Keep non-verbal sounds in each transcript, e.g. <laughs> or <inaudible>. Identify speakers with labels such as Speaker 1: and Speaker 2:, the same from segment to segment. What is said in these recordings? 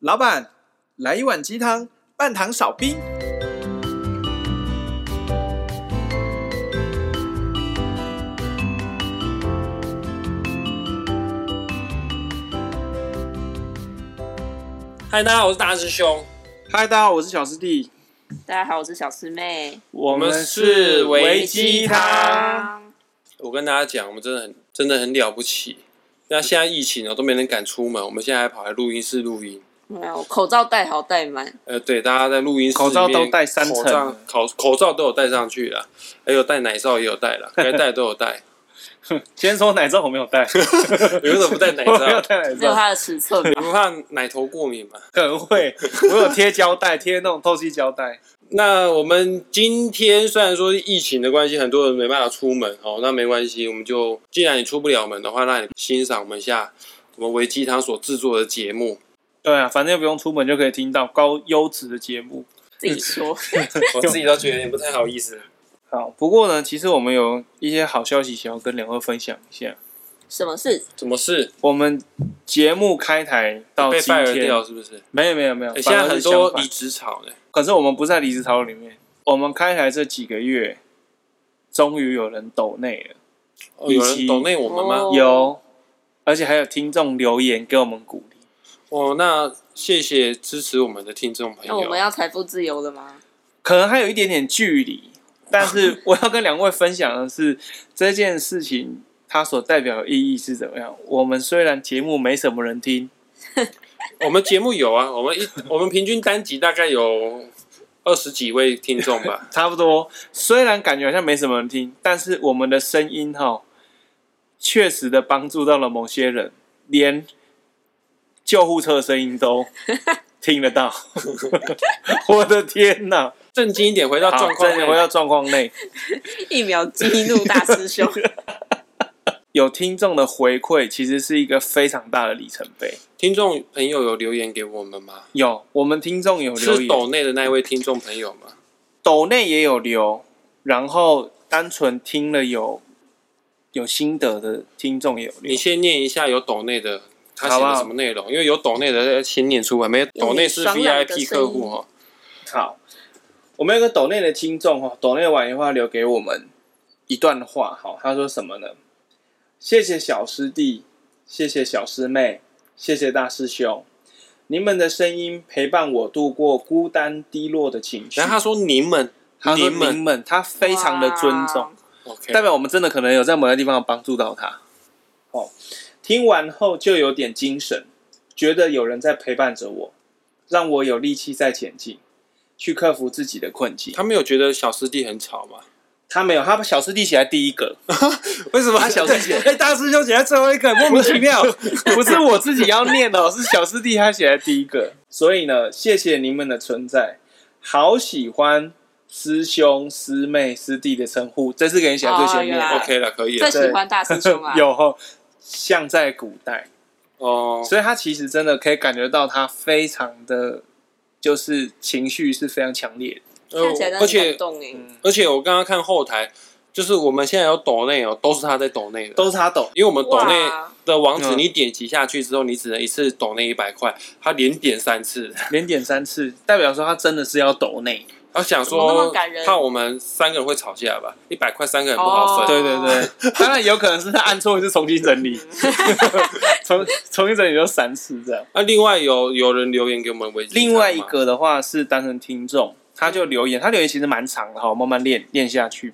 Speaker 1: 老板，来一碗鸡汤，半糖少冰。
Speaker 2: 嗨，大家好，我是大师兄，
Speaker 1: 嗨，大家好，我是小师弟，
Speaker 3: 大家好，我是小师妹。
Speaker 1: 我
Speaker 2: 们是
Speaker 1: 维
Speaker 2: 维鸡汤。我跟大家讲，我们真的很真的很了不起。那现在疫情哦，都没人敢出门，我们现在还跑来录音室录音。
Speaker 3: 没有口罩戴好戴满，
Speaker 2: 呃，对，大家在录音室
Speaker 1: 口罩
Speaker 2: 里面
Speaker 1: 都戴三层
Speaker 2: 口罩口口罩都有戴上去了，还有戴奶罩也有戴了，该戴都有戴。
Speaker 1: 今天说奶罩我没有带，
Speaker 2: 有什么不戴
Speaker 1: <laughs>
Speaker 2: 奶
Speaker 1: 我没有
Speaker 2: 罩？
Speaker 1: 带奶
Speaker 3: 没有
Speaker 1: 罩，
Speaker 3: 它的尺寸
Speaker 2: 你
Speaker 3: 嘛。
Speaker 2: 不怕奶头过敏吗？
Speaker 1: 可能会。我有贴胶带，贴那种透气胶带。
Speaker 2: 那我们今天虽然说疫情的关系，很多人没办法出门哦，那没关系，我们就既然你出不了门的话，那你欣赏我们一下我们维基汤所制作的节目。
Speaker 1: 对啊，反正又不用出门就可以听到高优质的节目。
Speaker 3: 自己说，
Speaker 2: <laughs> 我自己都觉得有点不太好意思。
Speaker 1: 好，不过呢，其实我们有一些好消息想要跟两位分享一下。
Speaker 3: 什么事？
Speaker 2: 怎么是
Speaker 1: 我们节目开台到
Speaker 2: 被
Speaker 1: 今
Speaker 2: fire
Speaker 1: 天，
Speaker 2: 掉是不是？
Speaker 1: 没有没有没有，
Speaker 2: 哎，现
Speaker 1: 反而
Speaker 2: 在
Speaker 1: 是
Speaker 2: 很多
Speaker 1: 相反
Speaker 2: 离职潮呢，
Speaker 1: 可是我们不在离职潮里面，我们开台这几个月，终于有人抖内了，
Speaker 2: 哦有
Speaker 1: 以
Speaker 2: 人
Speaker 1: 及
Speaker 2: 懂内我们吗
Speaker 3: 哦？
Speaker 1: 有，而且还有听众留言给我们鼓励。
Speaker 2: 哦，那谢谢支持我们的听众朋
Speaker 3: 那哦我们
Speaker 2: 友。
Speaker 3: 要财富自由了吗？
Speaker 1: 可能还有一点点距离，但是我要跟两位分享的是这件事情它所代表的意义是怎么样。我们虽然节目没什么人听，。
Speaker 2: 我们节目有啊，我们一我们平均单集大概有二十几位听众吧
Speaker 1: 差不多，虽然感觉好像没什么人听，但是我们的声音哈，确实的帮助到了某些人，连救护车的声音
Speaker 2: <laughs>
Speaker 1: 都听得到。 <laughs> 我的天哪！
Speaker 2: 正经一点，回到
Speaker 1: 好
Speaker 2: 状，况
Speaker 1: 再回
Speaker 2: 内。
Speaker 1: 到状况内，
Speaker 3: 一秒激怒大师兄，
Speaker 1: 有听众的回馈，其实是一个非常大的里程碑。
Speaker 2: 听众朋友有留言给我们吗？
Speaker 1: 有我们听众有留
Speaker 2: 是
Speaker 1: 言，
Speaker 2: 抖内的那位听众朋友吗？
Speaker 1: 抖内也有留，然后单纯听了有有心得的听众也有留
Speaker 2: 你。先念一下有抖内的他
Speaker 1: 好
Speaker 2: 写
Speaker 1: 不好
Speaker 2: 的什么内容，因为有抖内的先念出来，没有抖内是
Speaker 3: 爽朗的
Speaker 2: VIP
Speaker 3: 声
Speaker 2: 客
Speaker 3: 音
Speaker 2: 户哦。
Speaker 1: 好，我们有个抖内的听众哈，抖内完以后留给我们一段话，好，他说什么呢？谢谢小师弟，谢谢小师妹，谢谢大师兄，你们的声音陪伴我度过孤单低落的情绪。
Speaker 2: 然后他说你们，
Speaker 1: 他说
Speaker 2: 你们
Speaker 1: 您们，他 <laughs> 非常的尊重
Speaker 3: 哇。。
Speaker 2: ，OK，
Speaker 1: 代表我们真的可能有在某个地方帮助到他。哦，听完后就有点精神，觉得有人在陪伴着我，让我有力气再前进，去克服自己的困境。
Speaker 2: 他没有觉得小师弟很吵吗？
Speaker 1: 他没有，他把小师弟写在第一 <laughs> 个，
Speaker 2: 为什么
Speaker 1: 他小师姐
Speaker 2: 哎，大师兄写在最后一个，莫
Speaker 1: 莫名其妙， <laughs> 不是我自己要念的哦，是小师弟他写在第一个。所以呢，谢谢你们的存在，好喜欢师兄、师妹、师弟的称呼，这次给你写在最前面。
Speaker 3: 哦原来
Speaker 2: OK 了，可以了
Speaker 3: 最。喜欢大师兄
Speaker 1: <laughs>
Speaker 3: 啊！
Speaker 1: 有哦像在古代，
Speaker 2: 哦，
Speaker 1: 所以他其实真的可以感觉到他非常的，就是情绪是非常强烈的。
Speaker 2: 呃
Speaker 3: 看起来真
Speaker 2: 而
Speaker 3: 的很
Speaker 2: 且
Speaker 3: 感动哎。
Speaker 2: 而且我刚刚看后台，就是我们现在有抖内哦，都是他在抖内的，
Speaker 1: 都是他抖，
Speaker 2: 因为我们抖内
Speaker 3: 哇
Speaker 2: 的网址，
Speaker 1: 嗯
Speaker 2: 你点击下去之后，你只能一次抖内一百块，他连点三次，
Speaker 1: 连点三次，代表说他真的是要抖内。
Speaker 2: 他想
Speaker 3: 怎么那
Speaker 2: 说
Speaker 3: 么感人
Speaker 2: 怕我们三个人会吵架吧，一百块三个人不
Speaker 3: 哦
Speaker 2: 好分，
Speaker 1: 对对对，当然有可能是他按错一次重新整理， <laughs> 重重新整理就三次这样。
Speaker 2: 那啊另外有有人留言给我们微信，
Speaker 1: 另外一个的话是单纯听众，他就留言，他留言其实蛮长的哈，我慢慢练练下去。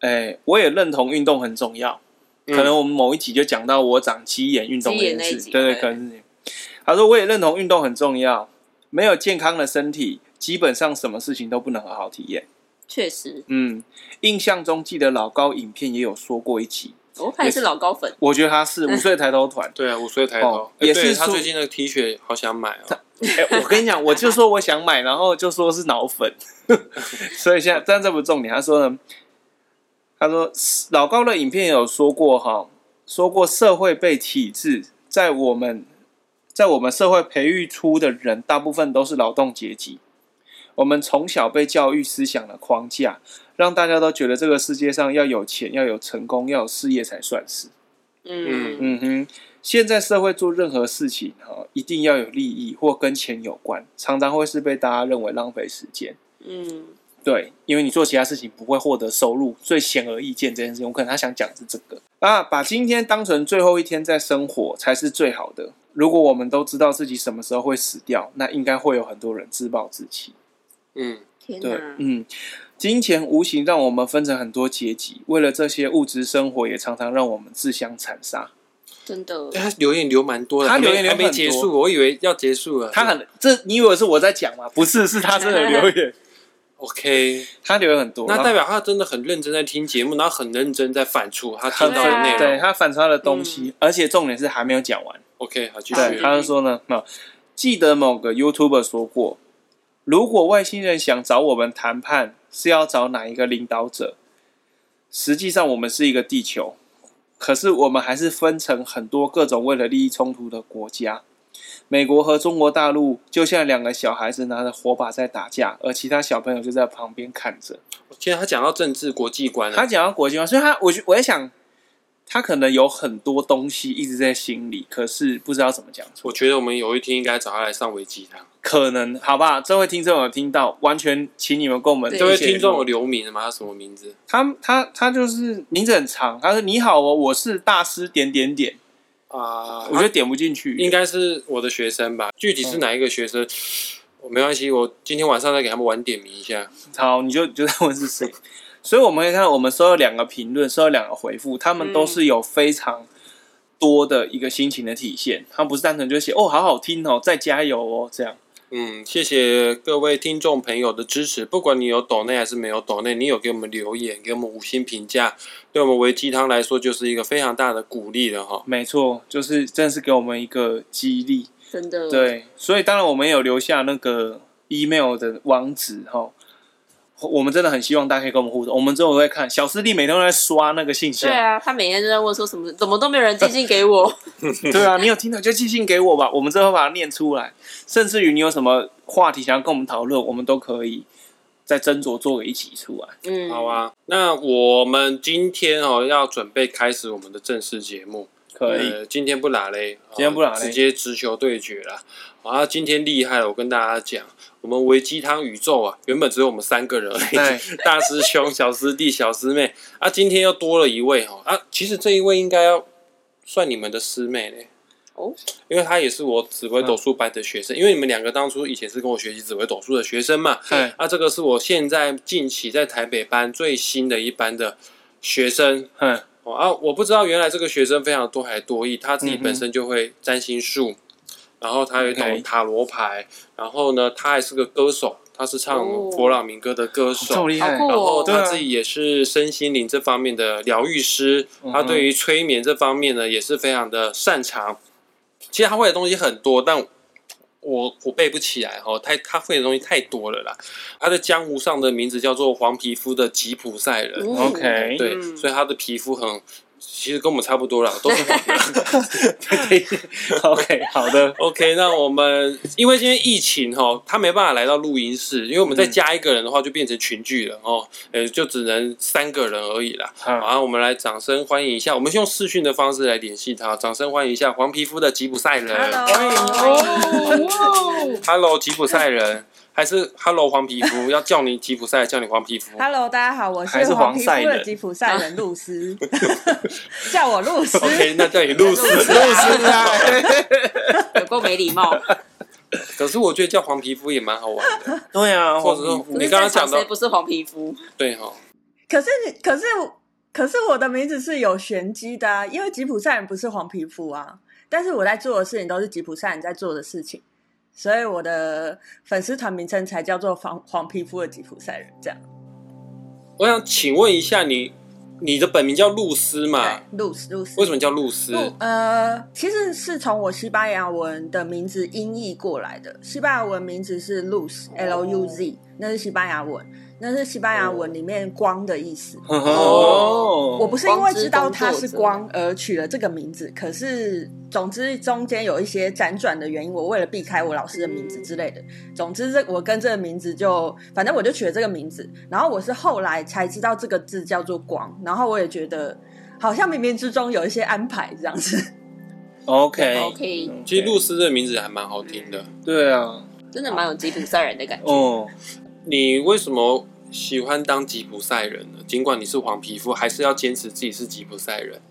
Speaker 1: 哎、我也认同运动很重要，
Speaker 2: 嗯。
Speaker 1: 可能我们某一集就讲到我长鸡眼运动
Speaker 3: 鸡
Speaker 1: 这件
Speaker 3: 眼那一
Speaker 1: 事，
Speaker 3: 集
Speaker 1: 对对，
Speaker 3: 对
Speaker 1: 可能是。他说我也认同运动很重要，没有健康的身体，基本上什么事情都不能好好体验。
Speaker 3: 确实，
Speaker 1: 嗯，印象中记得老高影片也有说过一集，
Speaker 3: 我还哦是老高粉，
Speaker 1: 我觉得他
Speaker 3: <laughs>
Speaker 1: 是五岁抬头团
Speaker 2: 对啊，我所以抬头
Speaker 1: 哦，
Speaker 2: 哎
Speaker 1: 也
Speaker 2: 对
Speaker 1: 是
Speaker 2: 他
Speaker 1: 说
Speaker 2: 最近那个 T 恤好想买哦，
Speaker 1: 哎、我跟你讲，我就说我想买，然后就说是脑粉， <laughs> 所以现在但这不重点。他说呢，他说老高的影片有说过哈，说过社会被体制在我们在我们社会培育出的人，大部分都是劳动阶级。我们从小被教育思想的框架，让大家都觉得这个世界上要有钱、要有成功、要有事业才算是。
Speaker 3: 嗯，
Speaker 1: 嗯哼，现在社会做任何事情哈，一定要有利益或跟钱有关，常常会是被大家认为浪费时间。
Speaker 3: 嗯，
Speaker 1: 对，因为你做其他事情不会获得收入，所以显而易见这件事情，我可能他想讲是这个。那把今天当成最后一天在生活才是最好的。如果我们都知道自己什么时候会死掉，那应该会有很多人自暴自弃。
Speaker 2: 嗯，
Speaker 3: 天
Speaker 1: 对
Speaker 3: 哪，，
Speaker 1: 嗯，金钱无形让我们分成很多阶级，为了这些物质生活，也常常让我们自相残杀。
Speaker 3: 真的，
Speaker 2: 他留言留蛮多的，
Speaker 1: 他
Speaker 2: 还没
Speaker 1: 留言留
Speaker 2: 还没
Speaker 1: 很
Speaker 2: 结
Speaker 1: 多
Speaker 2: 束，我以为要结束了。
Speaker 1: 他很，这你以为是我在讲吗？不是，是他真的留
Speaker 2: <laughs>
Speaker 1: 言，
Speaker 2: OK，
Speaker 1: 他留言很多，
Speaker 2: 那代
Speaker 1: 表
Speaker 2: 表他真的很认真在听节目，然后很认真在反刍他听
Speaker 1: 很
Speaker 2: 到
Speaker 3: 对
Speaker 2: 的
Speaker 3: 啊
Speaker 2: 内容。
Speaker 1: 对他反差的东西，
Speaker 2: 嗯
Speaker 1: 而且重点是还没有讲完。
Speaker 2: OK，好，继
Speaker 1: 对，
Speaker 2: 续。
Speaker 1: 他就说呢，啊，记得某个 YouTuber 说过，如果外星人想找我们谈判，是要找哪一个领导者？实际上，我们是一个地球，可是我们还是分成很多各种为了利益冲突的国家。美国和中国大陆就像两个小孩子拿着火把在打架，而其他小朋友就在旁边看着。
Speaker 2: 现在他讲到政治国际观
Speaker 1: 他
Speaker 2: 了，
Speaker 1: 讲到国际化，所以他我就我在想，他可能有很多东西一直在心里，可是不知道怎么讲出来
Speaker 2: 我觉得我们有一天应该找他来上维基他。
Speaker 1: 可能好吧，这位听众有听到，完全请你们跟我们
Speaker 3: 对
Speaker 2: 这
Speaker 1: 一
Speaker 2: 位
Speaker 1: 起
Speaker 2: 听众有
Speaker 1: 联络，
Speaker 2: 留名的吗？他什么名字？
Speaker 1: 他他他就是名字很长，他说你好哦，我是大师点点点，
Speaker 2: 啊，
Speaker 1: 我觉得嗯点不进去，
Speaker 2: 应该是我的学生吧，具体是哪一个学生，我没关系，我今天晚上再给他们晚点名一下。
Speaker 1: 好，你就就在问是谁，所以我们可以看到，我们收到两个评论，收到两个回复，他们都是有非常多的一个心情的体现，他不是单纯就写哦好好听哦，再加油哦这样，
Speaker 2: 嗯，谢谢各位听众朋友的支持，不管你有抖内还是没有抖内，你有给我们留言，给我们五星评价，对我们维鸡汤来说就是一个非常大的鼓励了哈。
Speaker 1: 没错，就是真的是给我们一个激励，
Speaker 3: 真的，，
Speaker 1: 对，所以当然我们有留下那个 email 的网址哈。我们真的很希望大家可以跟我们互动，我们之后会看小师弟每天都在刷那个信箱
Speaker 3: 对，啊，他每天都在问说什么，怎么都没有人寄信给我，
Speaker 1: 对啊，你有听到就寄信给我吧，我们之后会把它念出来。甚至于你有什么话题想要跟我们讨论，我们都可以再斟酌做个一起出来。
Speaker 3: 嗯，
Speaker 2: 好，啊，那我们今天哦要准备开始我们的正式节目，
Speaker 1: 可以，
Speaker 2: 呃，今天不打嘞，
Speaker 1: 今天不打
Speaker 2: 哦
Speaker 1: 嘞
Speaker 2: 直接直球对决啦。啊，今天厉害了，我跟大家讲，我们维鸡汤宇宙啊，原本只有我们三个人而已，
Speaker 1: 对，
Speaker 2: <laughs> 大师兄、小师弟、小师妹啊，今天又多了一位哈啊，其实这一位应该要算你们的师妹嘞。
Speaker 3: 哦，
Speaker 2: 因为她也是我紫微斗数班的学生，因为你们两个当初以前是跟我学习紫微斗数的学生嘛，
Speaker 1: 对，
Speaker 2: 啊，这个是我现在近期在台北班最新的一班的学生
Speaker 1: 嗯，
Speaker 2: 哦啊，我不知道原来这个学生非常多才多艺，他自己
Speaker 1: 嗯哼
Speaker 2: 本身就会占星术，然后他也
Speaker 1: OK
Speaker 2: 懂塔罗牌，然后呢，他还是个歌手，他是唱
Speaker 3: 哦
Speaker 2: 佛朗明哥的歌
Speaker 1: 这
Speaker 2: 手
Speaker 1: 么。厉
Speaker 3: 好
Speaker 1: 害
Speaker 3: 酷，
Speaker 2: 然后
Speaker 3: 哦，
Speaker 2: 他
Speaker 1: 啊
Speaker 2: 自己也是身心灵这方面的疗愈师，
Speaker 1: 嗯哼
Speaker 2: 他对于催眠这方面呢也是非常的擅长。其实他会的东西很多，但我我背不起来哦，太他会的东西太多了啦。他在江湖上的名字叫做黄皮肤的吉普赛人，
Speaker 1: <laughs>
Speaker 3: 嗯
Speaker 1: OK
Speaker 2: 对，
Speaker 3: 嗯
Speaker 2: 所以他的皮肤很，其实跟我们差不多啦，都是黄的。
Speaker 1: ，OK，好的，
Speaker 2: <laughs> OK，那我们因为今天疫情哦，他没办法来到录音室，因为我们再加一个人的话就变成群聚了哦，呃，就只能三个人而已啦。
Speaker 1: 好，
Speaker 2: 好，我们来掌声欢迎一下，我们是用视讯的方式来联系他，掌声欢迎一下黄皮肤的吉普赛人
Speaker 3: Hello，
Speaker 4: 哦
Speaker 2: Hello，吉普赛人，还是 Hello 黄皮肤，要叫你吉普赛，叫你黄皮肤。
Speaker 4: ，Hello，大家好，我
Speaker 1: 还
Speaker 4: 是
Speaker 1: 是黄
Speaker 4: 黄皮肤
Speaker 1: 赛人
Speaker 4: 的吉普赛人露丝，叫我
Speaker 2: <laughs>
Speaker 4: 露丝。
Speaker 2: OK，那叫你露丝。
Speaker 3: 有够没礼貌，
Speaker 2: 可是我觉得叫黄皮肤也蛮好玩的，
Speaker 1: 对啊，
Speaker 2: 或者说
Speaker 3: 可
Speaker 2: 你
Speaker 3: 是
Speaker 2: 刚
Speaker 3: 在
Speaker 2: 刚
Speaker 3: 场
Speaker 2: 讲
Speaker 3: 谁
Speaker 2: 到
Speaker 3: 不是黄皮肤？
Speaker 2: 对哈，
Speaker 4: 可是，可是，可是我的名字是有玄机的、啊，因为吉普赛人不是黄皮肤啊。但是我在做的事情都是吉普赛人在做的事情，所以我的粉丝团名称才叫做黄黄皮肤的吉普赛人。这样，
Speaker 2: 我想请问一下你，你的本名叫露丝嘛？
Speaker 4: 对，露丝，露丝，
Speaker 2: 啊为什么叫露丝？
Speaker 4: 不，呃，其实是从我西班牙文的名字音译过来的。西班牙文名字是 luz l u z，那是西班牙文，那是西班牙文里面光的意思。
Speaker 1: 哦，
Speaker 4: 我不是因为知道它是
Speaker 3: 光
Speaker 4: 光而取了这个名字，可是总之中间有一些辗转的原因，我为了避开我老师的名字之类的，总之这我跟这个名字就反正我就取了这个名字，然后我是后来才知道这个字叫做光，然后我也觉得好像冥冥之中有一些安排这样子。
Speaker 1: OK，,
Speaker 3: 然后可以
Speaker 2: 其实露丝这个名字还蛮好听的。
Speaker 1: 对啊，
Speaker 3: 真的蛮有吉普赛人的感觉。
Speaker 1: 哦，
Speaker 2: 你为什么喜欢当吉普赛人呢？尽管你是黄皮肤，还是要坚持自己是吉普赛人。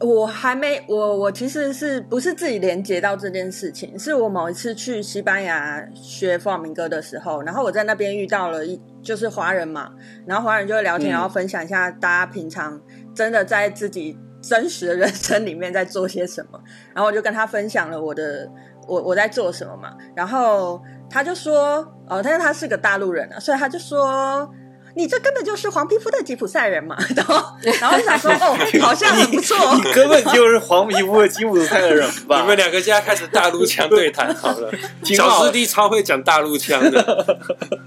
Speaker 4: 我还没，我我其实是不是自己连接到这件事情？是我某一次去西班牙学弗朗明哥的时候，然后我在那边遇到了一就是华人嘛，然后华人就会聊天，
Speaker 1: 嗯
Speaker 4: 然后分享一下大家平常真的在自己真实的人生里面在做些什么，然后我就跟他分享了我的我我在做什么嘛，然后他就说，哦，但是他是个大陆人啊，所以他就说。你这根本就是黄皮肤的吉普赛人嘛，然后然后就想说，哦，好像很不错、哦
Speaker 1: 你根本就是黄皮肤的吉普赛人吧？
Speaker 2: 你们两个现在开始大陆腔对谈好
Speaker 1: <laughs>
Speaker 2: 了，
Speaker 1: 挺好
Speaker 2: 小师弟超会讲大陆腔的。
Speaker 1: <laughs>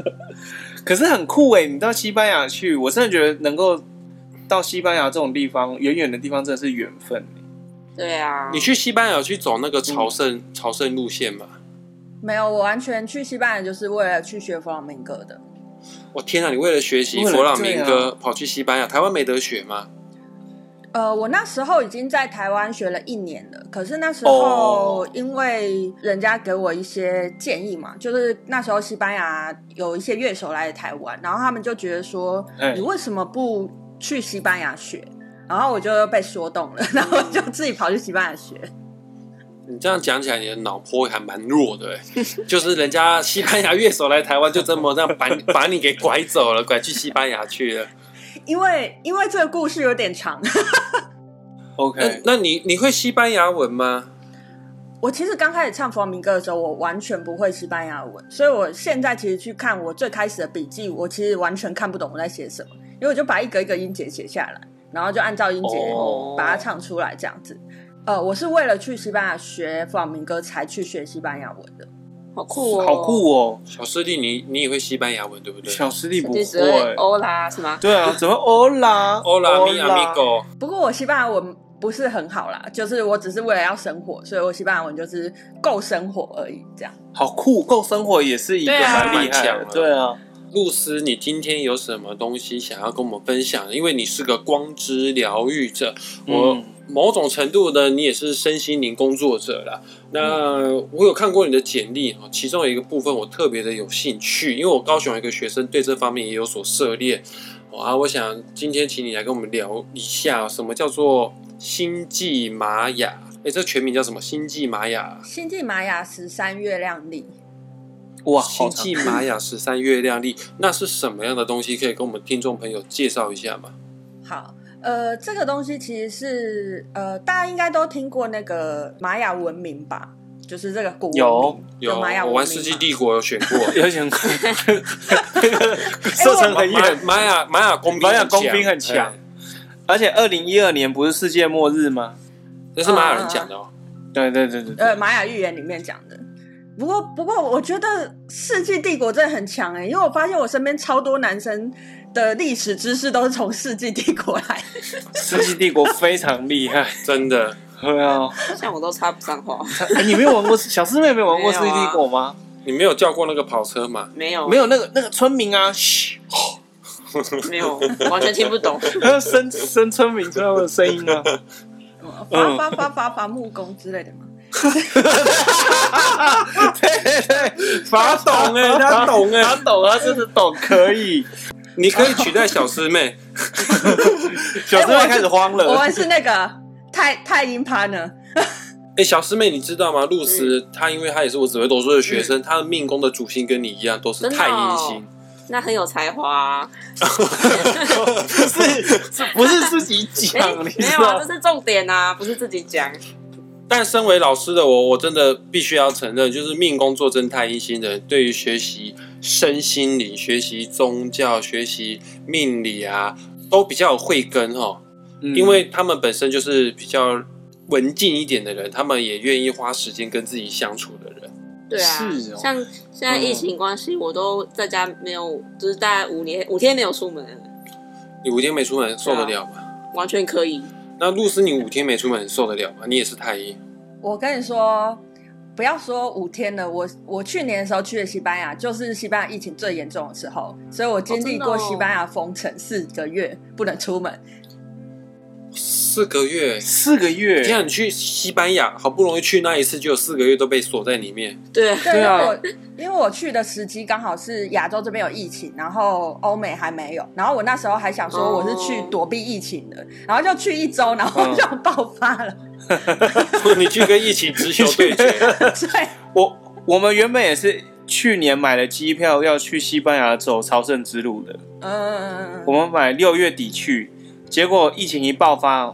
Speaker 1: 可是很酷哎、你到西班牙去，我真的觉得能够到西班牙这种地方，远远的地方真的是缘分、
Speaker 3: 对啊，
Speaker 2: 你去西班牙有去走那个朝圣、朝圣路线嘛？
Speaker 4: 没有，我完全去西班牙就是为了去学弗朗明哥的。
Speaker 2: 我天啊！你为了学习
Speaker 1: 为了
Speaker 2: 佛朗明
Speaker 1: 对啊
Speaker 2: 哥跑去西班牙，台湾没得学吗？
Speaker 4: 呃，我那时候已经在台湾学了一年了，可是那时
Speaker 1: 哦
Speaker 4: 候因为人家给我一些建议嘛，就是那时候西班牙有一些乐手来台湾，然后他们就觉得说，
Speaker 1: 哎
Speaker 4: 你为什么不去西班牙学？然后我就被说动了， <laughs> 然后就自己跑去西班牙学。
Speaker 2: 你这样讲起来，你的脑波还蛮弱的、欸，就是人家西班牙乐手来台湾，就这么这样把你把你给拐走了，拐去西班牙去了。
Speaker 4: 因为因为这个故事有点长，
Speaker 1: OK，
Speaker 2: 那那你你会西班牙文吗？
Speaker 4: 我其实刚开始唱弗朗明哥的时候，我完全不会西班牙文，所以我现在其实去看我最开始的笔记，我其实完全看不懂我在写什么，因为我就把一个一个音节写下来，然后就按照音节
Speaker 1: 哦
Speaker 4: 把它唱出来这样子。呃，我是为了去西班牙学弗朗明哥才去学西班牙文的。
Speaker 3: 好酷哦，
Speaker 1: 好酷哦，
Speaker 2: 小师弟你，你也会西班牙文对不对？
Speaker 1: 小师弟不
Speaker 3: 就
Speaker 1: 会、
Speaker 3: 只会欧啦是吗？
Speaker 1: 对啊，怎么欧啦
Speaker 2: Hola mi amigo，
Speaker 4: 不过我西班牙文不是很好啦，就是我只是为了要生活，所以我西班牙文就是够生活而已这样。
Speaker 1: 好酷，够生活也是一个
Speaker 3: 对啊
Speaker 1: 蛮厉害的，对啊，
Speaker 2: 露丝，你今天有什么东西想要跟我们分享？因为你是个光之疗愈者，我
Speaker 1: 嗯
Speaker 2: 某种程度呢，你也是身心灵工作者啦。那我有看过你的简历哦，其中有一个部分我特别的有兴趣，因为我高雄有一个学生对这方面也有所涉猎。哦啊，我想今天请你来跟我们聊一下，什么叫做星际玛雅？哎，这全名叫什么？星际玛雅，啊
Speaker 4: 星际玛雅十三月亮历。
Speaker 1: 哇，好
Speaker 2: 星
Speaker 1: 长
Speaker 2: <laughs>
Speaker 1: 啊
Speaker 2: 际
Speaker 1: <laughs>
Speaker 2: 玛雅十三月亮历，那是什么样的东西？可以跟我们听众朋友介绍一下吗？
Speaker 4: 好，呃，这个东西其实是呃，大家应该都听过那个玛雅文明吧？就是这个古文明
Speaker 1: 有
Speaker 2: 有，
Speaker 4: 玛雅文
Speaker 2: 我玩
Speaker 4: 明
Speaker 2: 《世纪帝国》有选
Speaker 1: <laughs>
Speaker 2: 过。
Speaker 1: 有点射程很
Speaker 2: 玛
Speaker 1: 远，
Speaker 2: 玛雅玛雅工兵
Speaker 1: 玛雅工兵很强
Speaker 2: 哎
Speaker 1: 而且二零一二年不是世界末日吗？
Speaker 2: 那是玛雅人讲的哦。
Speaker 1: 对对对对对，
Speaker 4: 呃玛雅预言里面讲的。不过，不过，我觉得《世纪帝国》真的很强哎、因为我发现我身边超多男生的历史知识都是从《世纪帝国》来的。
Speaker 1: 世纪帝国非常厉
Speaker 2: <laughs>
Speaker 1: 害，
Speaker 2: 真的，
Speaker 1: 对啊，
Speaker 3: 像我都插不上话，
Speaker 1: 哎你没有玩过小师妹没有玩过
Speaker 3: 没
Speaker 1: 世
Speaker 3: 有啊
Speaker 1: 纪帝国吗？
Speaker 2: 你没有叫过那个跑车吗？
Speaker 3: 没有
Speaker 1: 没有那个那个村民啊，嘘，
Speaker 3: 没有，完全听不懂。
Speaker 1: 还有生生村民他们的声音啊，
Speaker 4: 伐
Speaker 2: 嗯
Speaker 4: 伐伐伐伐木工之类的
Speaker 2: <laughs>
Speaker 4: 嘛。
Speaker 1: <laughs> 对对对，
Speaker 2: 他懂哎，他懂
Speaker 1: 他
Speaker 2: 哎，
Speaker 1: 懂，他真的懂，可以。
Speaker 2: 你可以取代小师妹。
Speaker 1: 小师妹开始慌
Speaker 4: 我
Speaker 1: 了
Speaker 4: 们，是那个太太音趴呢，
Speaker 2: 哎，小师妹，你知道吗？露丝，她因为她也是我紫微斗数的学生，她的命宫的主星跟你一样，都是
Speaker 3: 真的
Speaker 2: 太阴
Speaker 3: 哦
Speaker 2: 星。
Speaker 3: 那很有才华啊，
Speaker 1: 不是 <laughs> 是不是自己
Speaker 3: 哎
Speaker 1: 讲，你
Speaker 3: 没
Speaker 1: 知
Speaker 3: 有啊，
Speaker 1: 道？
Speaker 3: 这是重点啊，不是自己讲。
Speaker 2: 但身为老师的我，我真的必须要承认，就是命宫坐镇太阴星的人，对于学习身心灵、学习宗教、学习命理啊，都比较有慧根哦。
Speaker 1: 嗯
Speaker 2: 因为他们本身就是比较文静一点的人，他们也愿意花时间跟自己相处的人。
Speaker 3: 对啊，
Speaker 1: 是哦
Speaker 3: 像现在疫情关系，我都在家没有，就是大概五年五天没有出门，
Speaker 2: 你五天没出门受得了吗？
Speaker 3: 完全可以。
Speaker 2: 那露丝，你五天没出门受得了吗？你也是太阴，
Speaker 4: 我跟你说，不要说五天了，我我去年的时候去了西班牙，就是西班牙疫情最严重的时候，所以我经历
Speaker 3: 哦真
Speaker 4: 过
Speaker 3: 的
Speaker 1: <laughs>
Speaker 3: 哦
Speaker 4: 西班牙封城四个月不能出门，
Speaker 2: 四个月。
Speaker 1: 四个月，
Speaker 2: 你想你去西班牙，好不容易去那一次，就有四个月都被锁在里面。 <laughs>
Speaker 3: 对，
Speaker 4: 对，
Speaker 1: 对啊
Speaker 4: 因为我因为我去的时机刚好是亚洲这边有疫情，然后欧美还没有，然后我那时候还想说我是去躲避疫情的，然后就去一周，然后 <laughs>
Speaker 1: 嗯
Speaker 4: 就爆发
Speaker 1: <laughs>
Speaker 4: 了。
Speaker 2: 你去跟疫情直球对决，
Speaker 4: 对，
Speaker 1: 我我们原本也是去年买了机票要去西班牙走朝圣之路的，
Speaker 4: 嗯，
Speaker 1: 我们买六月底去，结果疫情一爆发，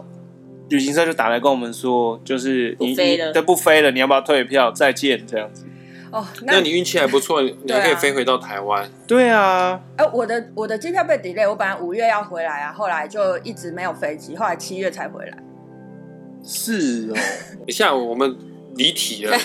Speaker 1: 旅行社就打来跟我们说，就是你
Speaker 3: 不飞
Speaker 1: 你
Speaker 3: 了
Speaker 1: 对不飞了，你要不要退票？再见这样子。
Speaker 4: 哦，
Speaker 2: 那
Speaker 4: 那
Speaker 2: 你运气还不错，你你还可
Speaker 4: <laughs> 对
Speaker 2: 以
Speaker 4: 啊
Speaker 2: 飞回到台湾。
Speaker 1: 对啊，
Speaker 4: 呃，我的我的机票被 delay，我本来五月要回来啊，后来就一直没有飞机，后来七月才回来，
Speaker 1: 是哦，
Speaker 2: 等一下我们离题
Speaker 4: <laughs>
Speaker 2: 了，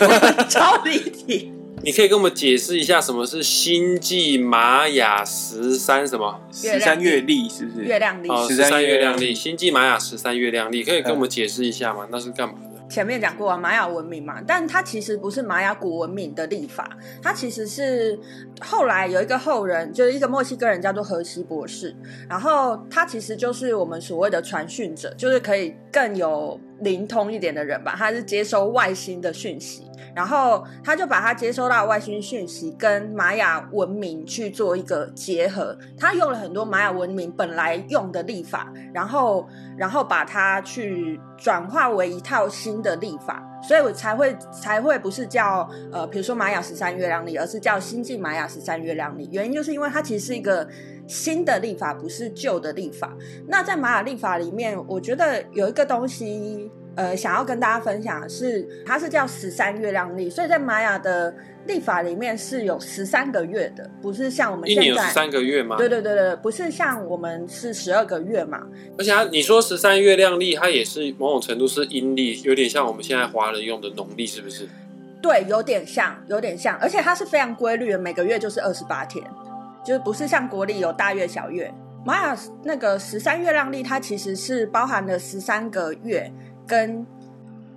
Speaker 4: 超离题。
Speaker 2: 你可以跟我们解释一下什么是星际玛雅十三什么？
Speaker 4: 月
Speaker 1: 十
Speaker 4: 亮
Speaker 1: 三月历是不是？
Speaker 4: 月亮历、
Speaker 2: 哦，十
Speaker 1: 13
Speaker 2: 三
Speaker 1: 月
Speaker 2: 月亮
Speaker 1: 亮
Speaker 2: 历，星际玛雅十三月亮历，可以跟我们解释一下吗？那是干嘛的？
Speaker 4: 前面讲过啊，玛雅文明嘛，但它其实不是玛雅古文明的历法，它其实是后来有一个后人，就是一个墨西哥人叫做荷西博士，然后他其实就是我们所谓的传讯者，就是可以更有灵通一点的人吧，他是接收外星的讯息，然后他就把他接收到的外星讯息跟玛雅文明去做一个结合，他用了很多玛雅文明本来用的历法，然后然后把它去转化为一套新的历法，所以我才会才会不是叫呃，比如说玛雅十三月亮历，而是叫新晋玛雅十三月亮历。原因就是因为它其实是一个新的历法，不是旧的历法。那在玛雅历法里面，我觉得有一个东西，呃，想要跟大家分享的是，它是叫十三月亮历，所以在玛雅的历法里面是有十三个月的，不是像我们
Speaker 2: 一年
Speaker 4: 现
Speaker 2: 有
Speaker 4: 在
Speaker 2: 十。三个月吗？
Speaker 4: 对对对对，不是像我们是十二个月嘛？
Speaker 2: 而且它你说十三月亮历，它也是某种程度是阴历，有点像我们现在华人用的农历，是不是？
Speaker 4: 对，有点像，有点像，而且它是非常规律的，每个月就是二十八天，就是不是像国历有大月小月。玛雅那个十三月亮历，它其实是包含了十三个月跟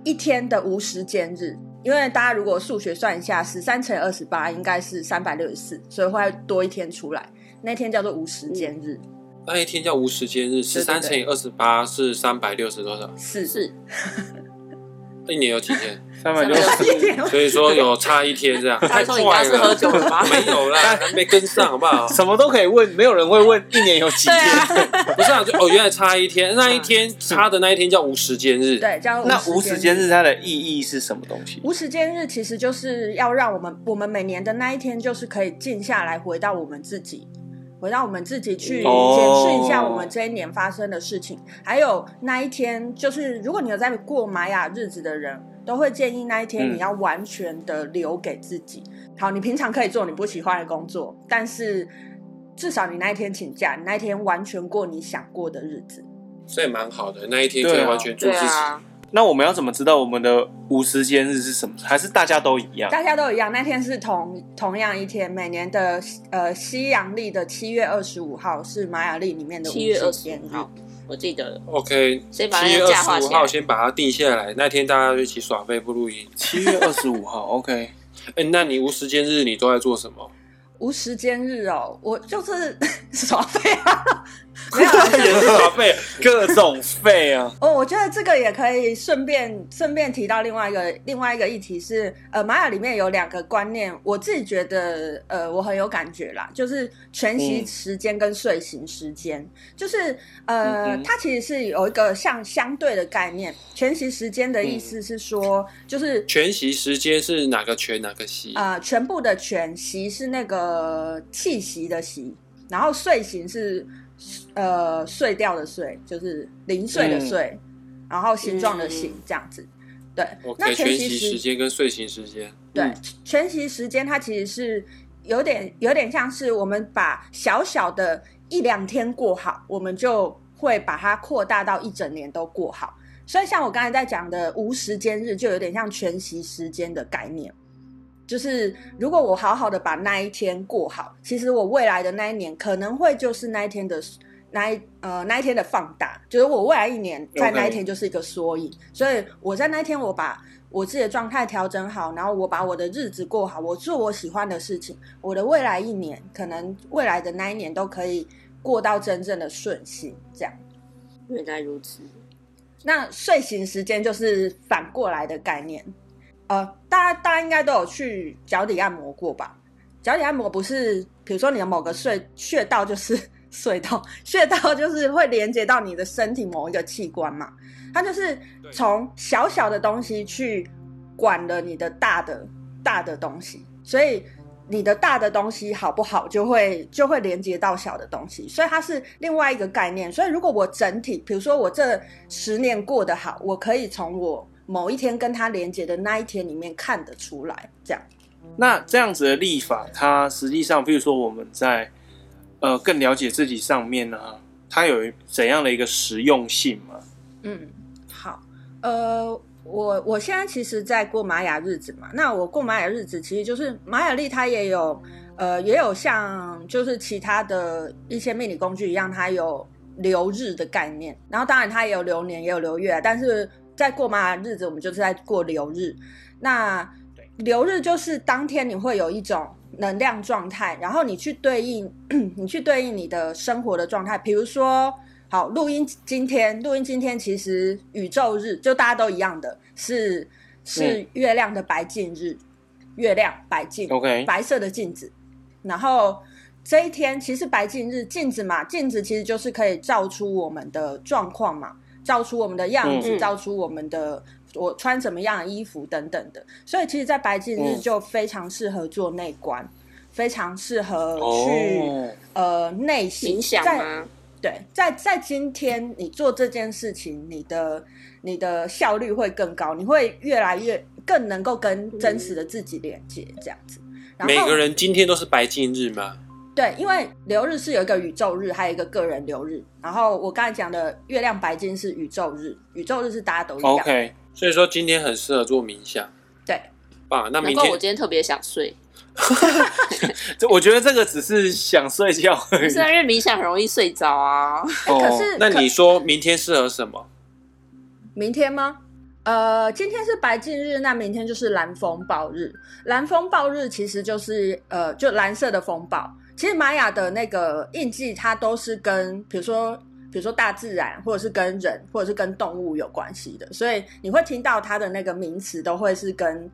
Speaker 4: 一天的无时间日，因为大家如果数学算一下，十三乘以二十八应该是三百六十四，所以会多一天出来，那天叫做无时间日，
Speaker 2: 那一天叫无时间日，十
Speaker 4: 对对
Speaker 2: 三乘以二十八是三百六十多少？
Speaker 4: 是
Speaker 3: 是
Speaker 2: 一年有几天？
Speaker 1: 三百六
Speaker 3: 三
Speaker 1: 十
Speaker 4: 一天
Speaker 2: 所以说有差一天这样，
Speaker 3: <laughs> 他
Speaker 2: 太
Speaker 3: 说你刚
Speaker 2: 快
Speaker 3: 刚是喝
Speaker 2: 了。
Speaker 3: 酒了吧？
Speaker 2: 没有
Speaker 3: <laughs>
Speaker 2: 啦，还没跟上，好不好？
Speaker 1: 什么都可以问，没有人会问一年有几
Speaker 3: 对
Speaker 1: 天。
Speaker 3: 啊，
Speaker 2: 不是啊，就哦，原来差一天，那一天差的那一天叫无时间日。
Speaker 4: 对，叫
Speaker 1: 那无时间
Speaker 4: 日
Speaker 1: 日它的意义是什么东西？
Speaker 4: 无时间日其实就是要让我们，我们每年的那一天就是可以静下来，回到我们自己，回到我们自己去检
Speaker 1: 哦
Speaker 4: 视一下我们这一年发生的事情。还有那一天，就是如果你有在过玛雅日子的人，都会建议那一天
Speaker 1: 嗯
Speaker 4: 你要完全的留给自己。好，你平常可以做你不喜欢的工作，但是至少你那一天请假，你那一天完全过你想过的日子。
Speaker 2: 所以蛮好的，那一天可以完全做
Speaker 3: 对
Speaker 2: 自己。
Speaker 3: 啊，
Speaker 1: 那我们要怎么知道我们的无时间日是什么？还是大家都一样？
Speaker 4: 大家都一样，那天是同同样一天，每年的呃西洋历的七月二十五号是玛雅历里面的
Speaker 3: 七月
Speaker 4: 五
Speaker 3: 二
Speaker 4: 十
Speaker 3: 十
Speaker 4: 天哦
Speaker 3: 五号，我记得了。
Speaker 2: OK，
Speaker 3: 先啊把那
Speaker 2: 七月
Speaker 3: 个
Speaker 2: 二
Speaker 3: 价划
Speaker 2: 十五
Speaker 3: 起来
Speaker 2: 号先把它定下来，那天大家就一起耍废不录音。
Speaker 1: 七月二十五号，OK。
Speaker 2: 哎、那你无时间日你都在做什么？
Speaker 4: 无时间日哦，我就是 <laughs> 耍废啊！
Speaker 1: <laughs>
Speaker 2: 也是耍废，
Speaker 1: 各种费啊，
Speaker 4: 哦，我觉得这个也可以顺便顺便提到另外一个另外一个议题是，呃，玛雅里面有两个观念，我自己觉得呃我很有感觉啦，就是全息
Speaker 1: 嗯
Speaker 4: 时间跟睡醒时间，就是呃，
Speaker 1: 嗯哼
Speaker 4: 它其实是有一个像相对的概念，全息时间的意思是说，就是
Speaker 2: 全息时间是哪个全哪个息？
Speaker 3: 啊
Speaker 4: 呃，全部的全息是那个气息的息，然后睡醒是呃碎掉的碎，就是零碎
Speaker 2: 嗯
Speaker 4: 的碎，然后形状的形、
Speaker 3: 嗯
Speaker 4: 这样子。对
Speaker 2: OK，
Speaker 4: 那全
Speaker 2: 全
Speaker 4: 息
Speaker 2: 息时间跟睡醒时间，
Speaker 4: 对、
Speaker 1: 嗯
Speaker 4: 全息时间它其实是有点有点像是我们把小小的一两天过好，我们就会把它扩大到一整年都过好。所以像我刚才在讲的无时间日，就有点像全息时间的概念。就是如果我好好的把那一天过好，其实我未来的那一年可能会就是那一天的那一呃那一天的放大，就是我未来一年在
Speaker 1: OK
Speaker 4: 那一天就是一个缩影。所以我在那一天我把我自己的状态调整好，然后我把我的日子过好，我做我喜欢的事情，我的未来一年可能未来的那一年都可以过到真正的顺心，这样。
Speaker 3: 原来如此，
Speaker 4: 那睡醒时间就是反过来的概念。呃，大家大家应该都有去脚底按摩过吧？脚底按摩不是，比如说你的某个穴穴道就是 <laughs> 隧道，穴道就是会连接到你的身体某一个器官嘛。它就是
Speaker 2: 对
Speaker 4: 从小小的东西去管了你的大的大的东西，所以你的大的东西好不好，就会就会连接到小的东西，所以它是另外一个概念。所以如果我整体，比如说我这十年过得好，我可以从我某一天跟它连接的那一天里面看得出来，这样。
Speaker 1: 那这样子的立法，它实际上，比如说我们在呃更了解自己上面呢、它有怎样的一个实用性嘛？
Speaker 4: 嗯，好，呃，我我现在其实在过玛雅日子嘛，那我过玛雅日子其实就是玛雅历，它也有呃也有像就是其他的一些命理工具一样，它有流日的概念，然后当然它也有流年也有流月啊，但是在过玛雅日子，我们就是在过流日，那流日就是当天你会有一种能量状态，然后你去对应 <clears throat> 你去对应你的生活的状态，比如说。好，录音今天录音今天其实宇宙日就大家都一样的，是是月亮的白净日，月亮白净
Speaker 1: OK
Speaker 4: 白色的镜子。然后这一天其实白净日镜子嘛，镜子其实就是可以照出我们的状况嘛，照出我们的样子，
Speaker 3: 嗯
Speaker 4: 照出我们的我穿什么样的衣服等等的。所以其实，在白净日
Speaker 1: 嗯
Speaker 4: 就非常适合做内观，非常适合去、
Speaker 1: 哦，
Speaker 4: 呃内省
Speaker 3: 冥想啊
Speaker 4: 在
Speaker 3: 吗？
Speaker 4: 对，在在今天你做这件事情，你的你的效率会更高，你会越来越更能够跟真实的自己连接，这样子。然后
Speaker 2: 每个人今天都是白净日嘛，
Speaker 4: 对，因为流日是有一个宇宙日，还有一个个人流日。然后我刚才讲的月亮白金是宇宙日，宇宙日是大家都一样。
Speaker 1: OK，
Speaker 2: 所以说今天很适合做冥想。
Speaker 4: 对，
Speaker 2: 棒，那
Speaker 3: 难
Speaker 2: 明
Speaker 3: 怪我
Speaker 2: 天
Speaker 3: 今天特别想睡，
Speaker 1: 这我觉得这个只是想睡觉而
Speaker 3: 不
Speaker 1: 已
Speaker 3: 是。啊因为冥想很容易睡着啊。
Speaker 4: 哎可
Speaker 1: 哦
Speaker 4: 是
Speaker 2: 那
Speaker 4: 可
Speaker 2: 你说明天适合什么？
Speaker 4: 明天吗？呃，今天是白净日，那明天就是蓝风暴日。蓝风暴日其实就是呃，就蓝色的风暴。其实玛雅的那个印记，它都是跟比如说，比如说大自然，或者是跟人，或者是跟动物有关系的，所以你会听到它的那个名词都会是跟